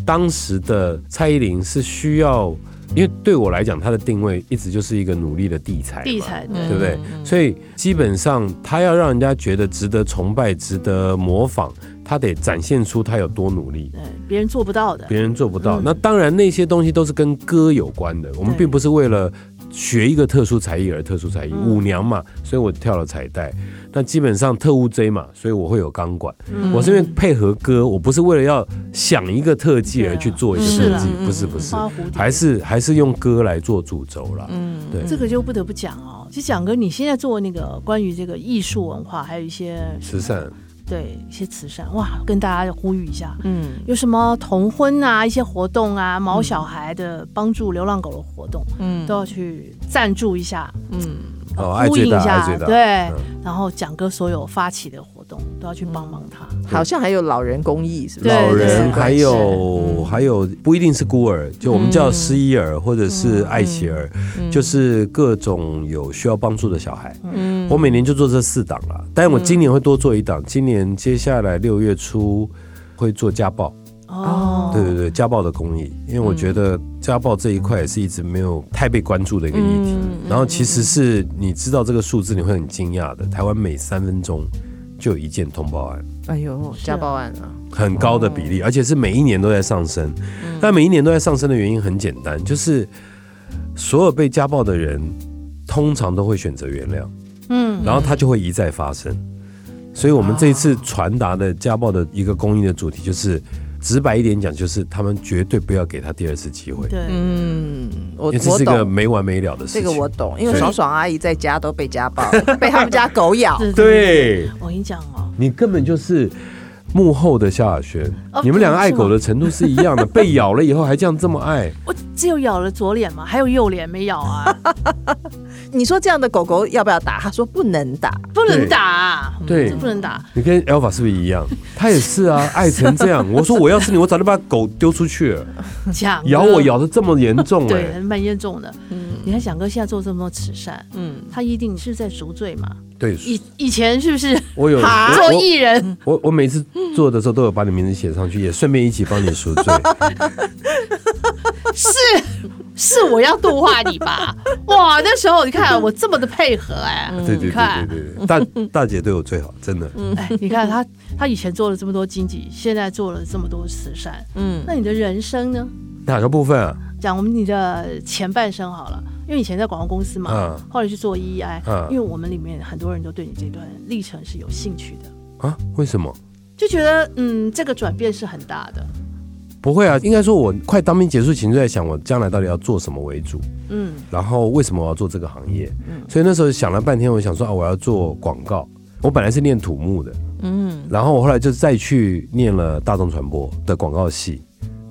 C: 当时的蔡依林是需要，因为对我来讲，她的定位一直就是一个努力的地才嘛，
A: 地才对
C: 对不对？
A: 嗯
C: 所以基本上她要让人家觉得值得崇拜、值得模仿，她得展现出她有多努力。
A: 对，别人做不到的。
C: 别人做不到。那当然，那些东西都是跟歌有关的。我们
A: 嗯对
C: 并不是为了学一个特殊才艺而特殊才
A: 嗯
C: 艺。舞娘嘛，所以我跳了彩带。那基本上特务 J 嘛，所以我会有钢管。
A: 嗯
C: 我是因为配合歌，我不是为了要想一个特技而去做一个
A: 对
C: 特
A: 啊
C: 技
A: 是，
C: 不是不是
A: 花蝴蝶，
C: 还是还是用歌来做主轴
A: 嗯
C: 啦。
B: 嗯
C: 对，
A: 这个就不得不讲哦，就讲哥，你现在做那个关于这个艺术文化，还有一些
C: 慈善
A: 对一些慈善，哇，跟大家呼吁一下，
B: 嗯
A: 有什么同婚啊、一些活动啊、毛小孩的帮助流浪狗的活动，
B: 嗯
A: 都要去赞助一下，呃
B: 嗯，
C: 哦，爱
A: 呼应
C: 最
A: 一
C: 大，爱
A: 下
C: 最，大。
A: 对
C: 嗯。
A: 然后讲哥所有发起的活动都要去帮帮他，
C: 嗯
B: 好像还有老人公益是不是？
A: 对
C: 老
A: 对
C: 人
A: 对
C: 还有还有不一定是孤儿，就我
A: 嗯
C: 们叫失依儿或者是爱奇儿，就是各种有需要帮助的小孩。
B: 嗯
C: 我每年就做这四档了，但我今年会多做一档，今年接下来六月初会做家暴，
A: 哦，嗯
C: 对对对，家暴的公益，因为我觉得家暴这一块也是一直没有太被关注的一个议
A: 嗯
C: 题。然后其实是你知道这个数字，你会很惊讶的。台湾每三分钟就有一件通报案，
B: 哎呦，家暴案啊，
C: 很高的比例，
B: 哦
C: 而且是每一年都在上升。
B: 嗯
C: 但每一年都在上升的原因很简单，就是所有被家暴的人通常都会选择原谅，
A: 嗯，
C: 然后它就会一再发生。所以我们这一次传达的家暴的一个公益的主题，就是直白一点讲，就是他们绝对不要给他第二次机会。
A: 对，
B: 嗯，我
C: 因为这
B: 我
C: 是一个
B: 懂。
C: 没完没了的事
B: 这
C: 情。
B: 个我懂，因为
C: 对
B: 爽爽阿姨在家都被家暴， 被他们家狗 咬。
A: 对，
C: 对
A: 我跟你讲哦，
C: 你根本就是幕后的萧亚轩
A: 哦，
C: 你们两个爱
A: 是吗
C: 狗的程度是一 样的，被咬了以后还这样这么爱，
A: 我只有咬了左脸嘛，还有右脸没咬 啊，
B: 你说这样的狗狗要不要打？他说不能打。
A: 不能打啊，
C: 对
A: 这不能打。
C: 你跟 Alpha 是不是一样？他也是啊，爱成这样。我说我要是你，我早就把狗丢出去了，
A: 讲
C: 咬我咬的这么严重哎、
A: 对，蛮严重的。你看蒋哥现在做这么多慈善，
B: 嗯，
A: 他一定是在赎罪嘛？
C: 对，
A: 以以前是不是
C: 我有
B: 哈
A: 做
C: 我
A: 艺人？
C: 我我嗯我每次做的时候都有把你名字写上去，也顺便一起帮你赎罪。
A: 是是我要度化你吧？哇，那时候你看我这么的配合哎、
C: 对对对
A: 你看
C: 对对对，大大姐对我最好，真的。
A: 哎，你看他他以前做了这么多经济，现在做了这么多慈善，
B: 嗯，
A: 那你的人生呢？
C: 哪个部分啊？
A: 讲我们你的前半生好了，因为以前在广告公司嘛，
C: 嗯
A: 后来去做 EI，、
C: 嗯
A: 因为我们里面很多人都对你这段历程是有兴趣的，
C: 啊？为什么？
A: 就觉得嗯，这个转变是很大的，
C: 不会啊，应该说我快当兵结束前就在想我将来到底要做什么为主，
A: 嗯
C: 然后为什么我要做这个行业。所以那时候想了半天，我想说啊，我要做广告。我本来是念土木的，嗯，然后我后来就再去念了大众传播的广告系。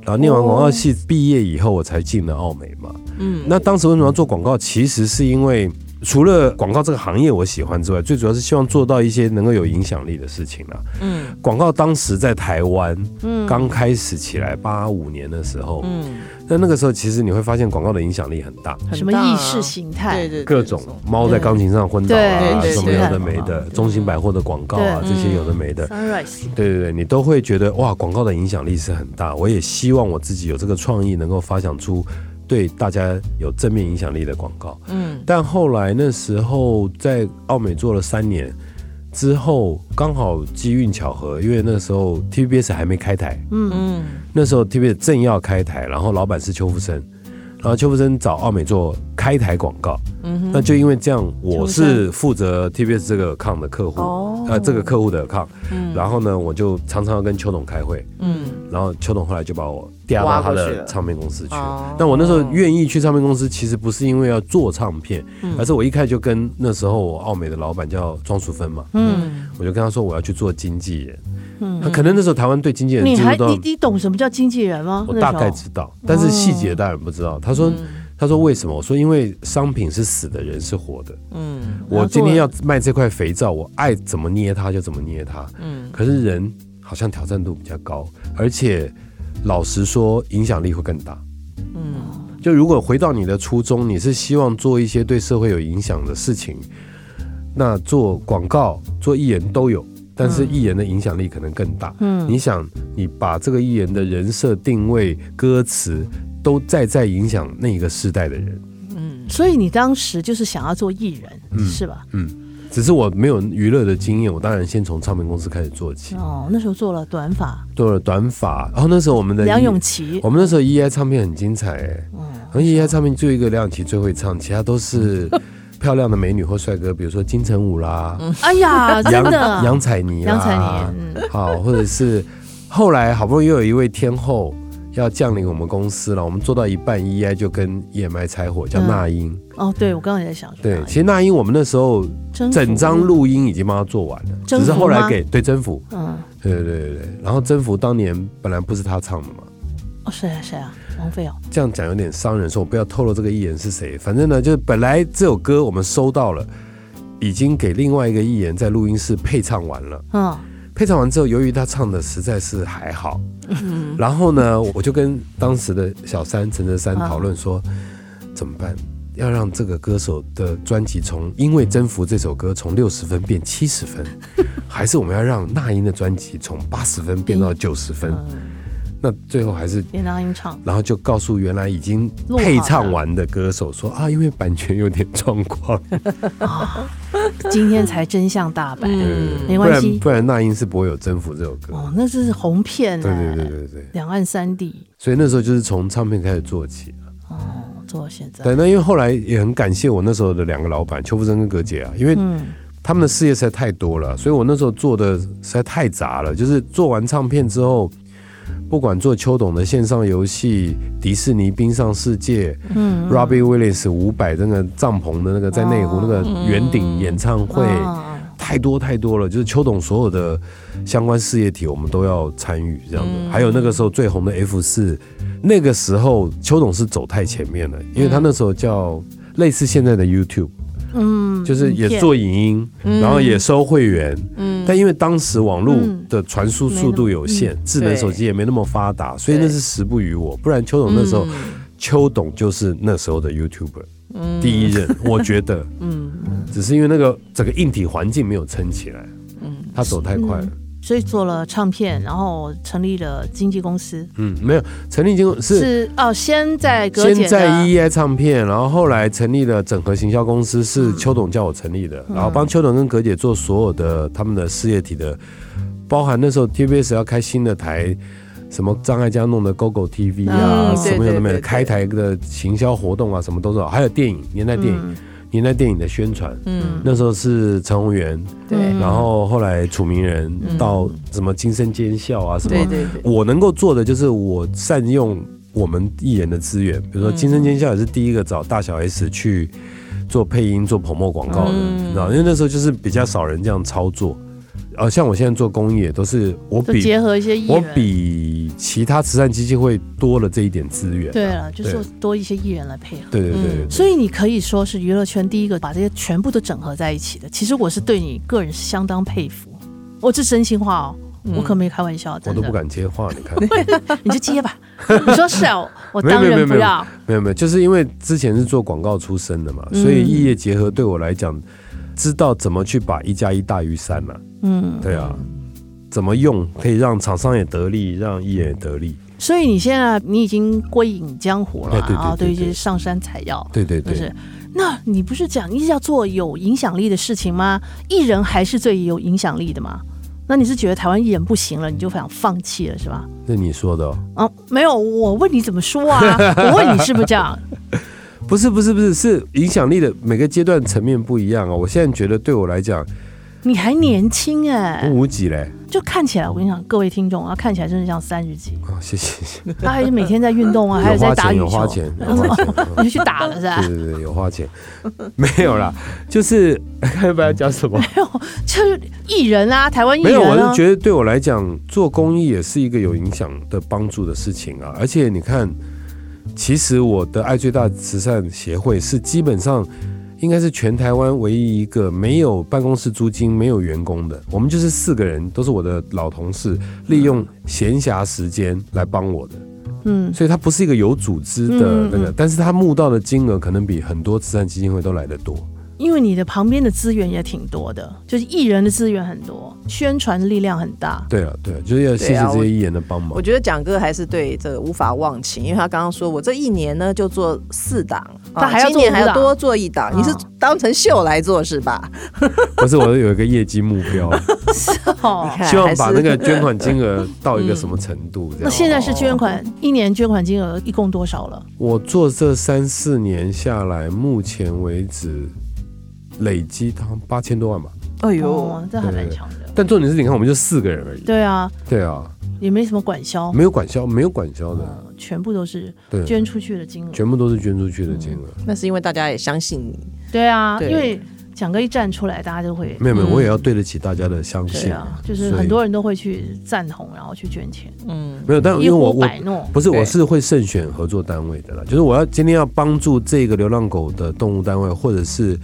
C: 然后念完广告系毕业以后，我才进了奥美嘛。嗯，那当时为什么要做广告？其实是因为除了广告这个行业我喜欢之外，最主要是希望做到一些能够有影响力的事情啦。
B: 嗯
C: 广告当时在台湾，
A: 嗯
C: 刚开始起来八五年的时候，
B: 嗯，
C: 那那个时候其实你会发现广告的影响力很大，
B: 很
A: 什么
B: 大啊
A: 意识形态，
B: 对对，
C: 各种猫在钢琴上昏倒
A: 对
C: 啊，
B: 对对
C: 什么
B: 对嗯
C: 有的没的，中型百货的广告啊，
A: 对
C: 这些有的没的。
A: Sunrise，
C: 对对对，你都会觉得哇，广告的影响力是很大。我也希望我自己有这个创意，能够发想出对大家有正面影响力的广告。
B: 嗯
C: 但后来那时候在奥美做了三年之后，刚好机运巧合，因为那时候 TVBS 还没开台，
A: 嗯，
B: 嗯
C: 那时候 TVBS 正要开台，然后老板是邱福生，然后邱福生找奥美做开台广告，
B: 嗯
C: 那就因为这样，我
B: 邱福
C: 是负责 TVBS 这个 account 的客户，
B: 哦
C: 呃，这个客户的 account，
B: 嗯
C: 然后呢，我就常常要跟邱董开会，
B: 嗯
C: 然后邱董后来就把我调到他
B: 挖过去
C: 的
B: 了
C: 唱片公司去
B: 哦。
C: 但我那时候愿意去唱片公司，其实不是因为要做唱片，
B: 嗯
C: 而是我一开始就跟那时候我奥美的老板叫庄淑芬嘛，
B: 嗯
C: 我就跟他说我要去做经纪人。他可能那时候台湾对经纪人
A: 你
C: 几乎
A: 还
C: 都
A: 你你懂什么叫经纪人吗？
C: 我
A: 那
C: 大
A: 时候哦嗯
C: 概知道，但是细节当然不知道。他说他说为什么？我说因为商品是死的，人是活的。
B: 嗯
C: 我今天要卖这块肥皂，我爱怎么捏它就怎么捏它。
B: 嗯
C: 可是人好像挑战度比较高，而且老实说，影响力会更大。
B: 嗯
C: 就如果回到你的初衷，你是希望做一些对社会有影响的事情，那做广告、做艺人都有，但
B: 嗯
C: 是艺人的影响力可能更大。
A: 嗯
C: 你想，你把这个艺人的人设定位、歌词都再再影响那一个世代的人，
B: 嗯，
A: 所以你当时就是想要做艺人，
C: 嗯
A: 是吧？
C: 只是我没有娱乐的经验，我当然先从唱片公司开始做起，
A: 哦，那时候做了短发，
C: 做了短发，然后那时候我们的
A: 梁
C: 艺
A: 咏琪嗯
C: 我，们那时候 EI 唱片很精彩、欸，然后 EI 唱片就一个梁咏琪最会唱，其他 都是漂亮的美女或帅哥，比如说金城武啦、
A: 哎呀，真
C: 杨
A: 的，
C: 杨采妮啦、
A: 杨采妮，嗯，
C: 好，或者是后来好不容易又有一位天后要降临我们公司了，我们做到一半，EI 就跟 EMI 拆伙，叫
A: 嗯
C: 那英。
A: 哦，对，我刚刚也在想说
C: 对
A: 哪，一
C: 其实那英我们那时候
A: 征服
C: 整张录音已经帮她做完了，
A: 征
C: 只是
A: 服
C: 后来
A: 吗
C: 给对征服，
A: 嗯，
C: 对对对对对。然后征服当年本来不是她唱的嘛。
A: 哦，谁啊谁啊，王菲哦，
C: 这样讲有点伤人，说我不要透露这个艺人是谁。反正呢，就是本来这首歌我们收到了，已经给另外一个艺人在录音室配唱完了。
A: 嗯，
C: 配唱完之后，由于他唱的实在是还好，
A: 嗯
C: 然后呢，我就跟当时的小三陈哲三
A: 啊
C: 讨论说，怎么办？要让这个歌手的专辑从因为征服这首歌从六十分变七十
A: 嗯
C: 分，还是我们要让那英的专辑从八十分变到九十分？那最后还是
A: 连当音唱，
C: 然后就告诉原来已经
A: 录好的
C: 配唱完的歌手说啊，因为版权有点状况，
A: 嗯今天才真相大白。
C: 对
A: 没
C: 嗯不
A: 关
C: 然
A: 系
C: 不然那英是不会有征服这首歌。
A: 哦，那这是红片
C: 对
A: 哎、
C: 对对对对，
A: 两岸三地
C: 所以那时候就是从唱片开始做起。啊
A: 哦，做到现在，
C: 对，那因为后来也很感谢我那时候的两个老板邱福珍跟葛姐啊，因为
A: 嗯
C: 他们的事业实在太多了，所以我那时候做的实在太杂了。就是做完唱片之后，不管做邱董的线上游戏、迪士尼冰上世界、
A: 嗯
C: Robbie Williams 五百那个帐篷的那个在内湖那个圆顶演唱会，
A: 啊
C: 太多太多了。就是邱董所有的相关事业体，我们都要参与这样子。还有那个时候最红的 F 四，那个时候邱董是走太前面了，因为他那时候叫类似现在的 YouTube。
A: 嗯，
C: 就是也做影音，然后也收会员，嗯，但因为当时网络的传输速度有限，智能手机也没那么发达，所以那是时不与我。不然邱董那时候，邱董就是那时候的 YouTuber、第一 任，我觉得，嗯，只是因为那个整个硬体环境没有撑起来，嗯，他走太快了，
A: 所以做了唱片，然后成立了经纪公司，
C: 嗯，没有成立经过是
A: 是哦，先在葛姐
C: 先
A: 的
C: 在 EEI 唱片，然后后来成立了整合行销公司，
B: 嗯
C: 是邱董叫我成立的，然后帮邱董跟葛姐做所有的他们的事业体的，包含那时候 TBS 要开新的台。什么张艾嘉弄的 GoGo TV 啊，
B: 嗯
C: 什么有的没
B: 对对对
C: 的，
B: 对
C: 开台的行销活动啊，什么都有，还有电影年代电影、年代电影的宣传，
B: 嗯，
C: 那时候是陈宏源，
B: 对嗯
C: 然后后来楚名人到什么金声尖笑啊，什么
B: 对对对，
C: 我能够做的就是我善用我们艺人的资源，比
A: 嗯
C: 如说《金声尖笑》也是第一个找大小 S 去做配音、做捧墨广告的，
A: 嗯
C: 你知道，因为那时候就是比较少人这样操作。呃，像我现在做公益也都是我
A: 就
C: 比
A: 结合一些艺人，
C: 我比其他慈善基金会多了这一点资源。啊
A: 对了，就是嗯多一些艺人来配合。
C: 对对对对
A: 所以你可以说是娱乐圈第一个把这些全部都整合在一起的。其实我是对你个人是相当佩服，我这真心话哦，我可没开玩笑，
C: 嗯我
A: 真
C: 都
A: 的。
C: 不敢接话，你看，
A: 你就接吧。 你说是啊，我当
C: 没有
A: 然
C: 没
A: 不
C: 有
A: 要。
C: 没有没有，就是因为之前是做广告出身的嘛，
A: 嗯
C: 所以异业结合对我来讲，知道怎么去把一加一大于三了、
A: 嗯，
C: 对啊，怎么用可以让厂商也得利，让艺人也得利？
A: 所以你现在你已经归隐江湖了
C: 哎对对
A: 啊，然后
C: 对
A: 对一
C: 对
A: 些上山采药，
C: 对对
A: 就
C: 对，
A: 是。那你不是讲一直要做有影响力的事情吗？艺人还是最有影响力的嘛？那你是觉得台湾艺人不行了，你就想放弃了是吧？
C: 那你说的哦、
A: 啊，没有，我问你怎么说 啊？我问你是不是这样？
C: 不是不是不是，是影响力的每个阶段层面不一样啊、我现在觉得对我来讲，
A: 你还年轻哎、
C: 我无几嘞。
A: 就看起来我跟你讲，各位听众啊，看起来真的像三十几，
C: 啊、谢谢 谢谢，
A: 他还是每天在运 动啊，还
C: 有
A: 在
C: 花
A: 打
C: 钱
A: 羽
C: 有
A: 球，
C: 花钱有 花钱，
A: 你就去打了是吧
C: 对？对对，有花钱，没有啦，就是 看不要讲什么。
A: 就是艺人啊，台湾艺
C: 没
A: 人
C: 有，我
A: 啊
C: 是，觉得对我来讲，做公益也是一个有影响的帮助的事情啊。而且你看，其实我的爱最大慈善协会是基本上应该是全台湾唯一一个没有办公室租金、没有员工的。我们就是四个人，都是我的老同事，利用闲暇时间来帮我的。
A: 嗯，
C: 所以它不是一个有组织的那个，
B: 嗯
C: 但是它募到的金额可能比很多慈善基金会都来得多。
A: 因为你的旁边的资源也挺多的，就是艺人的资源很多，宣传力量很 大。
C: 对啊，对啊，就是要谢
B: 对
C: 谢
B: 啊
C: 这
B: 我
C: 些艺人的帮忙
B: 我。觉得蒋哥还是对这个无法忘情，因为他刚刚说我这一年呢就做四档，啊
A: 他还要
B: 今
A: 做
B: 年
A: 五
B: 还要
A: 档
B: 多做一档，你是
A: 哦
B: 当成秀来做是吧？
C: 不是，我有一个业绩目标。
A: 哦，
B: 看
C: 希望
B: 还
C: 把
B: 是
C: 那个捐款金额到一个什么程度？这
A: 那
C: 样。
A: 现在是捐款，一年捐款金额一共多少了？
C: 我做这三四年下来，目前为止累积它八千多万吧。
B: 哎呦，
A: 哦，这还蛮强的。
C: 但重点是，你看我们就四个人而已。
A: 对啊，
C: 对啊，
A: 也没什么管销，
C: 没有管销，没有管销的，
A: 嗯全部都是
C: 对，
A: 捐出去的金额。
C: 全部都是捐出去的金额。
B: 那是因为大家也相信你，
A: 对啊，
B: 对
A: 因为蒋哥一站出来，大家就会
C: 没有没有，我也要对得起大家的
A: 嗯
C: 相
A: 对
C: 信。
A: 啊，就是很多人都会去赞同，然后去捐钱，
B: 嗯，
C: 没有，哦但因
A: 一
C: 为我
A: 呼
C: 我
A: 百诺。
C: 不是，
B: 对
C: 我是会慎选合作单位的啦。就是我要今天要帮助这个流浪狗的动物单位，或者是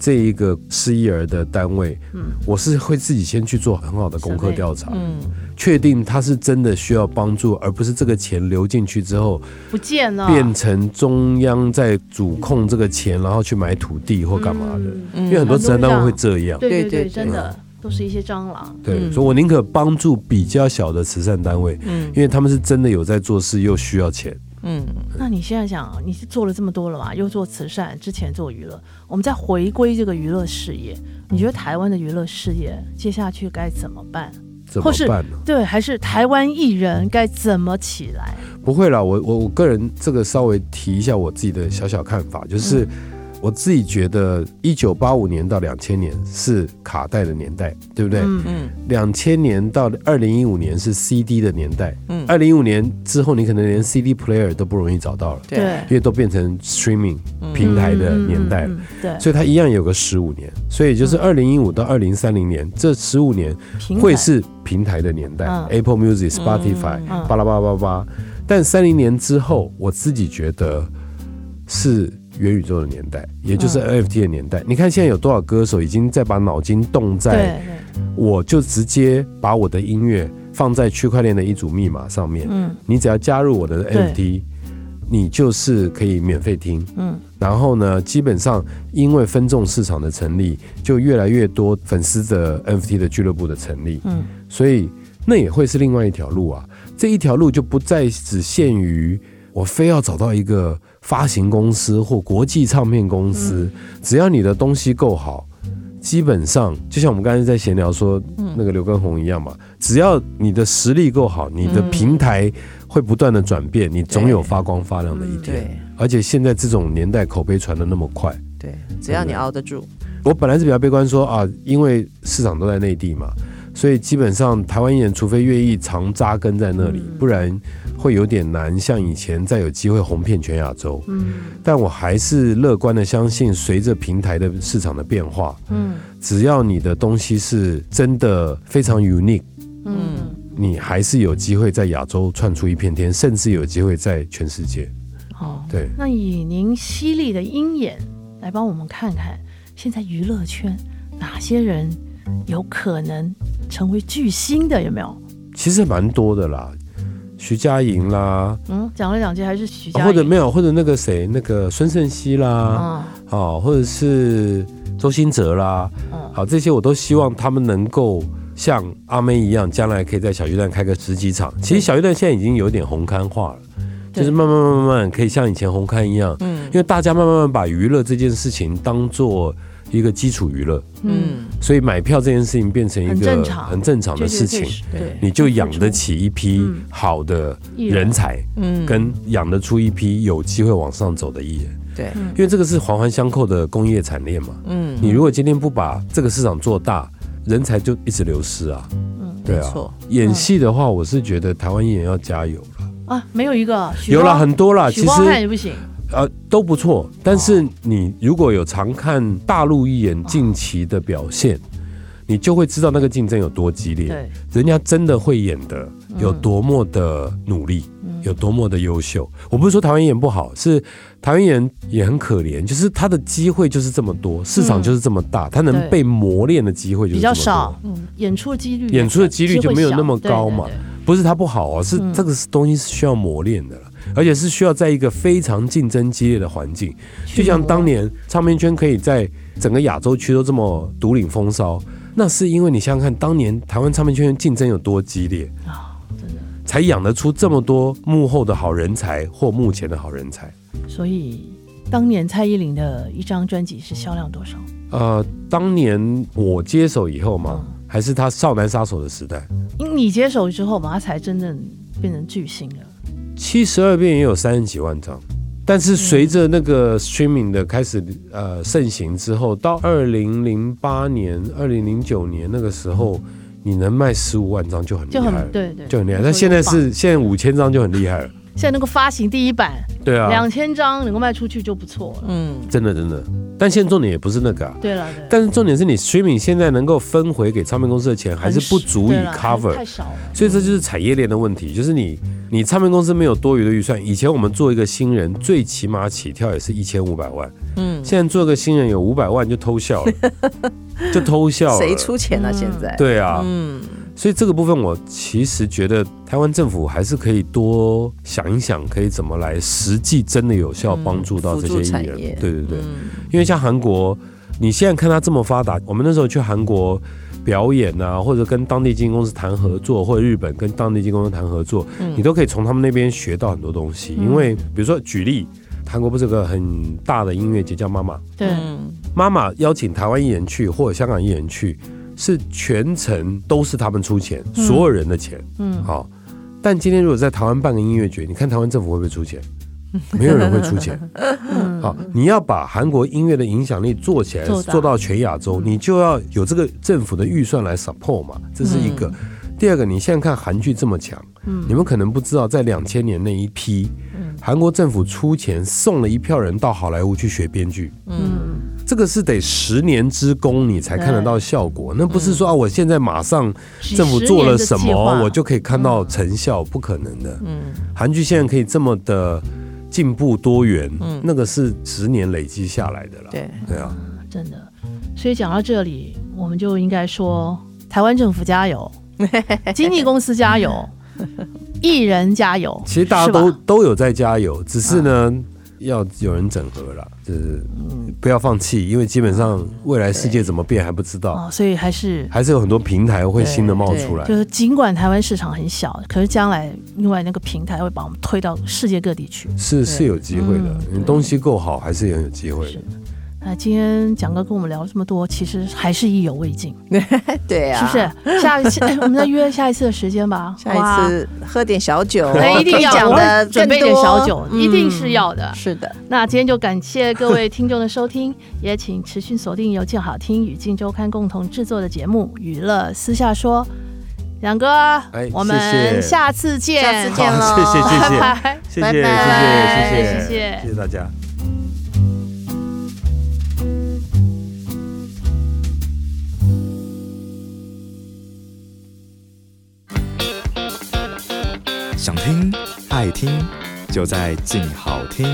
C: 这一个失忆儿的单位，我是会自己先去做很嗯好的功课调查，嗯，确定他是真的需要帮助，而不是这个钱流进去之后
A: 不见了，
C: 变成中央在主嗯控这个钱，然后去买土地或干嘛的。因为很多慈善单位会这样，
A: 嗯对对
B: 对
A: 对，
B: 对
A: 真的，都是一些蟑螂。
C: 对，所以我宁可帮助比较小的慈善单位，因为他们是真的有在做事，又需要钱。
B: 嗯
A: 那你现在想，你是做了这么多了嘛？又做慈善，之前做娱乐，我们再回归这个娱乐事业，你觉得台湾的娱乐事业接下去该怎么办？
C: 怎
A: 或
C: 么
A: 是
C: 办呢？
A: 对，还是台湾艺人该怎么起来？
C: 不会啦，我我我个人这个稍微提一下我自己的小小看法，就是
A: 嗯
C: 我自己觉得一九八五年到两千年是卡带的年代，对不对？
B: 嗯
C: 两千年到二零一五年是 CD 的年代，
B: 嗯
C: 二零一五年之后你可能连 CD player 都不容易找到了，
B: 对，
C: 因为都变成 streaming 平台的年代了。
A: 嗯嗯，嗯嗯对，
C: 所以它一样有个十五年，所以就是二零一五到二零三零年这十五年
A: 平台
C: 会是平台的年代、
A: 嗯
C: a p p l e Music、Spotify、
A: 嗯
C: 巴拉巴拉巴拉巴拉。但三零年之后，我自己觉得是元宇宙的年代，也就是
A: 嗯
C: NFT 的年代。你看现在有多少歌手已经在把脑筋动在，
A: 对对，
C: 我就直接把我的音乐放在区块链的一组密码上面，
A: 嗯
C: 你只要加入我的
A: 对
C: NFT，你就是可以免费听。
A: 嗯
C: 然后呢，基本上因为分众市场的成立，就越来越多粉丝的 NFT 的俱乐部的成立，
A: 嗯，
C: 所以那也会是另外一条路啊。这一条路就不再只限于我非要找到一个发行公司或国际唱片公司，只要你的东西够好。基本上就像我们刚才在闲聊说那个刘畊宏一样嘛，只要你的实力够好，你的平台会不断的转变，你总有发光发亮的一天。
B: 对
C: 而且现在这种年代口碑传的那么快，
B: 对，只要你熬得住，
C: 我本来是比较悲观说啊，因为市场都在内地嘛，所以基本上台湾艺人除非愿意长扎根在那里，
A: 嗯
C: 不然会有点难像以前再有机会红遍全亚洲。
A: 嗯
C: 但我还是乐观的相信，随着平台的市场的变化，
A: 嗯
C: 只要你的东西是真的非常 unique。
A: 嗯，
C: 你还是有机会在亚洲窜出一片天，甚至有机会在全世界。
A: 好。
C: 对，
A: 那以您犀利的鹰眼来帮我们看看，现在娱乐圈哪些人有可能成为巨星的？有没有？
C: 其实蛮多的啦，徐佳莹啦，
A: 嗯，讲来讲去还是徐
C: 啊
A: 佳莹、
C: 或者没有，或者那个谁，那个孙盛熙啦，
A: 啊，
C: 哦，或者是周兴哲啦，
A: 嗯
C: 好，这些我都希望他们能够像阿妹一样，将来可以在小巨蛋开个十几场。其实小巨蛋现在已经有点红刊化了，
A: 嗯对
C: 就是慢慢慢慢慢可以像以前红刊一样，
B: 嗯
C: 因为大家慢慢慢慢把娱乐这件事情当做一个基础娱乐，
A: 嗯，
B: 嗯
C: 所以买票这件事情变成一
A: 很
C: 个
A: 正常
C: 很正常的
A: 这就
C: 事
A: 可以
C: 情。
A: 是对，
C: 你就养得起一批
A: 嗯
C: 好的
A: 艺人
C: 人才，
B: 嗯，
C: 跟养得出一批有机会往上走的艺人，
B: 对，
C: 因为这个是环环相扣的工业产链嘛。
B: 嗯，
C: 你如果今天不把这个市场做大，人才就一直流失啊。
A: 嗯
C: 对
B: 没
C: 啊
B: 错。
C: 演戏的话，我是觉得台湾艺人要加油了。
A: 啊，没有一个许
C: 有了
A: 光
C: 很多啦，
A: 许
C: 其
A: 光汉也
C: 实
A: 不行，
C: 呃都不错，但是你如果有常看大陆艺人近期的表现，你就会知道那个竞争有多激烈。
A: 对，
C: 人家真的会演的
A: 嗯
C: 有多么的努力，有多么的优秀。我不是说台湾演不好，是台湾演也很可怜，就是他的机会就是这么多，市场就是这么大，他能
A: 嗯对
C: 被磨练的机会就
A: 比
C: 是这
A: 较
C: 么
A: 少
C: 多。，
A: 嗯，演出的几率
C: 演出的几率就没有那么高嘛
A: 对对对
C: 不是他不好
A: 嗯
C: 哦，是这个是东西是需要磨练的了，而且是需要在一个非常竞争激烈的环境，就像当年唱片圈可以在整个亚洲区都这么独领风骚，那是因为你想想看，当年台湾唱片圈竞争有多激烈。
A: 啊，真的。
C: 才养得出这么多幕后的好人才或幕前的好人才。
A: 所以当年蔡依林的一张专辑是销量多少？
C: 呃，当年我接手以后
A: 嗯
C: 嘛，还是他少男杀手的时代，
A: 因为你接手之后嘛，他才真正变成巨星了。
C: 七十二变也有三十几万张。但是随着那个 streaming 的开始呃盛行之后，到二零零八年、二零零九年那个时候，你能卖十五万张就很厉
A: 就
C: 害了
A: 很，对对，
C: 就很厉害。
A: 那
C: 但
A: 时候
C: 现
A: 有
C: 在
A: 榜
C: 是现在五千张就很厉害了，
A: 现在那个发行第一版
C: 对啊
A: 两，千张能够卖出去就不错了。
B: 嗯，
C: 真的真的。但现在重点也不是那个啊，
A: 对了，对了
C: 但是重点是你 streaming 现在能够分回给唱片公司的钱还是不足以
A: 对了还是
C: cover，
A: 太少了。
C: 所以这就是产业链的问题，就是你你唱片公司没有多余的预算。以前我们做一个新人，最起码起跳也是一千五百万，
B: 嗯
C: 嗯，现在做个新人有五百万就偷 笑了，就偷笑了。
B: 谁？出钱啊？现在，
C: 对啊，
B: 嗯
C: 所以这个部分我其实觉得台湾政府还是可以多想一想，可以怎么来实际真的有效帮助到这些
B: 嗯
C: 艺
B: 辅助产
C: 人。
B: 业
C: 对对对，
B: 嗯
C: 因为像韩国你现在看它这么发达，我们那时候去韩国表演啊，或者跟当地经纪公司谈合作，或者日本跟当地经纪公司谈合作，你都可以从他们那边学到很多东西。因为比如说举例，韩国不是有个很大的音乐节叫妈妈，
A: 对，
B: 嗯
C: 妈妈邀请台湾艺人去或者香港艺人去，是全程都是他们出钱，所有人的钱。
A: 嗯
C: 好、但今天如果在台湾办个音乐节，你看台湾政府会不会出 钱？没有人会出钱。
A: 嗯
C: 好，你要把韩国音乐的影响力做起来，
A: 做大嗯
C: 做到全亚洲，你就要有这个政府的预算来 support 嘛，这是一
A: 嗯
C: 个。第二个，你现在看韩剧这么强，你们可能不知道，在两千年那一批，
A: 嗯
C: 韩国政府出钱送了一票人到好莱坞去学编剧。
A: 嗯，
C: 这个是得十年之功你才看得到效果，那不是说啊，我现在马上政府做了什
A: 嗯几十年的计划嗯
C: 么，我就可以看到成效，不可能的。韩剧现在可以这么的进步多元，
A: 嗯
C: 那个是十年累积下来的啦。
B: 对，
C: 对啊，
A: 真的。所以讲到这里，我们就应该说，台湾政府加 油，经纪公司加油，艺人加油。
C: 其实大家
A: 是吧啊
C: 都都有在加油，只是呢。要有人整合啦，就是
A: 嗯
C: 不要放弃，因为基本上未来世界怎么变还不知道，
A: 哦，所以还是
C: 还是有很多平台会新的冒出来。
A: 就是，尽管台湾市场很小，可是将来另外那个平台会把我们推到世界各地去。
C: 是是有机会的，你东西够好，还是很有机会的
A: 嗯是。那今天蒋哥跟我们聊了这么多，其实还是意犹未尽，
B: 对
A: 是
B: 啊，
A: 不？是？下一次、 哎我们再约下一次的时间吧。
B: 下一次喝点小酒，
A: 哇。哎，一定要
B: 可以讲
A: 我
B: 的
A: 会准备一点小酒，一定是要的。
B: 嗯是的，
A: 那今天就感谢各位听众的收听， 也请持续锁定由静好听与静周刊共同制作的节目《娱乐私下说》。蒋哥，
C: 哎
A: 我
C: 谢
A: 们
C: 谢
A: 下次见，
B: 下次见喽
C: 好，谢谢谢
A: 拜
C: 谢
A: 拜。
C: 谢
B: 哦拜
C: 谢
B: 拜
C: 谢谢
A: 谢谢
C: 谢谢谢谢大家。
E: 想听爱听，就在静好听。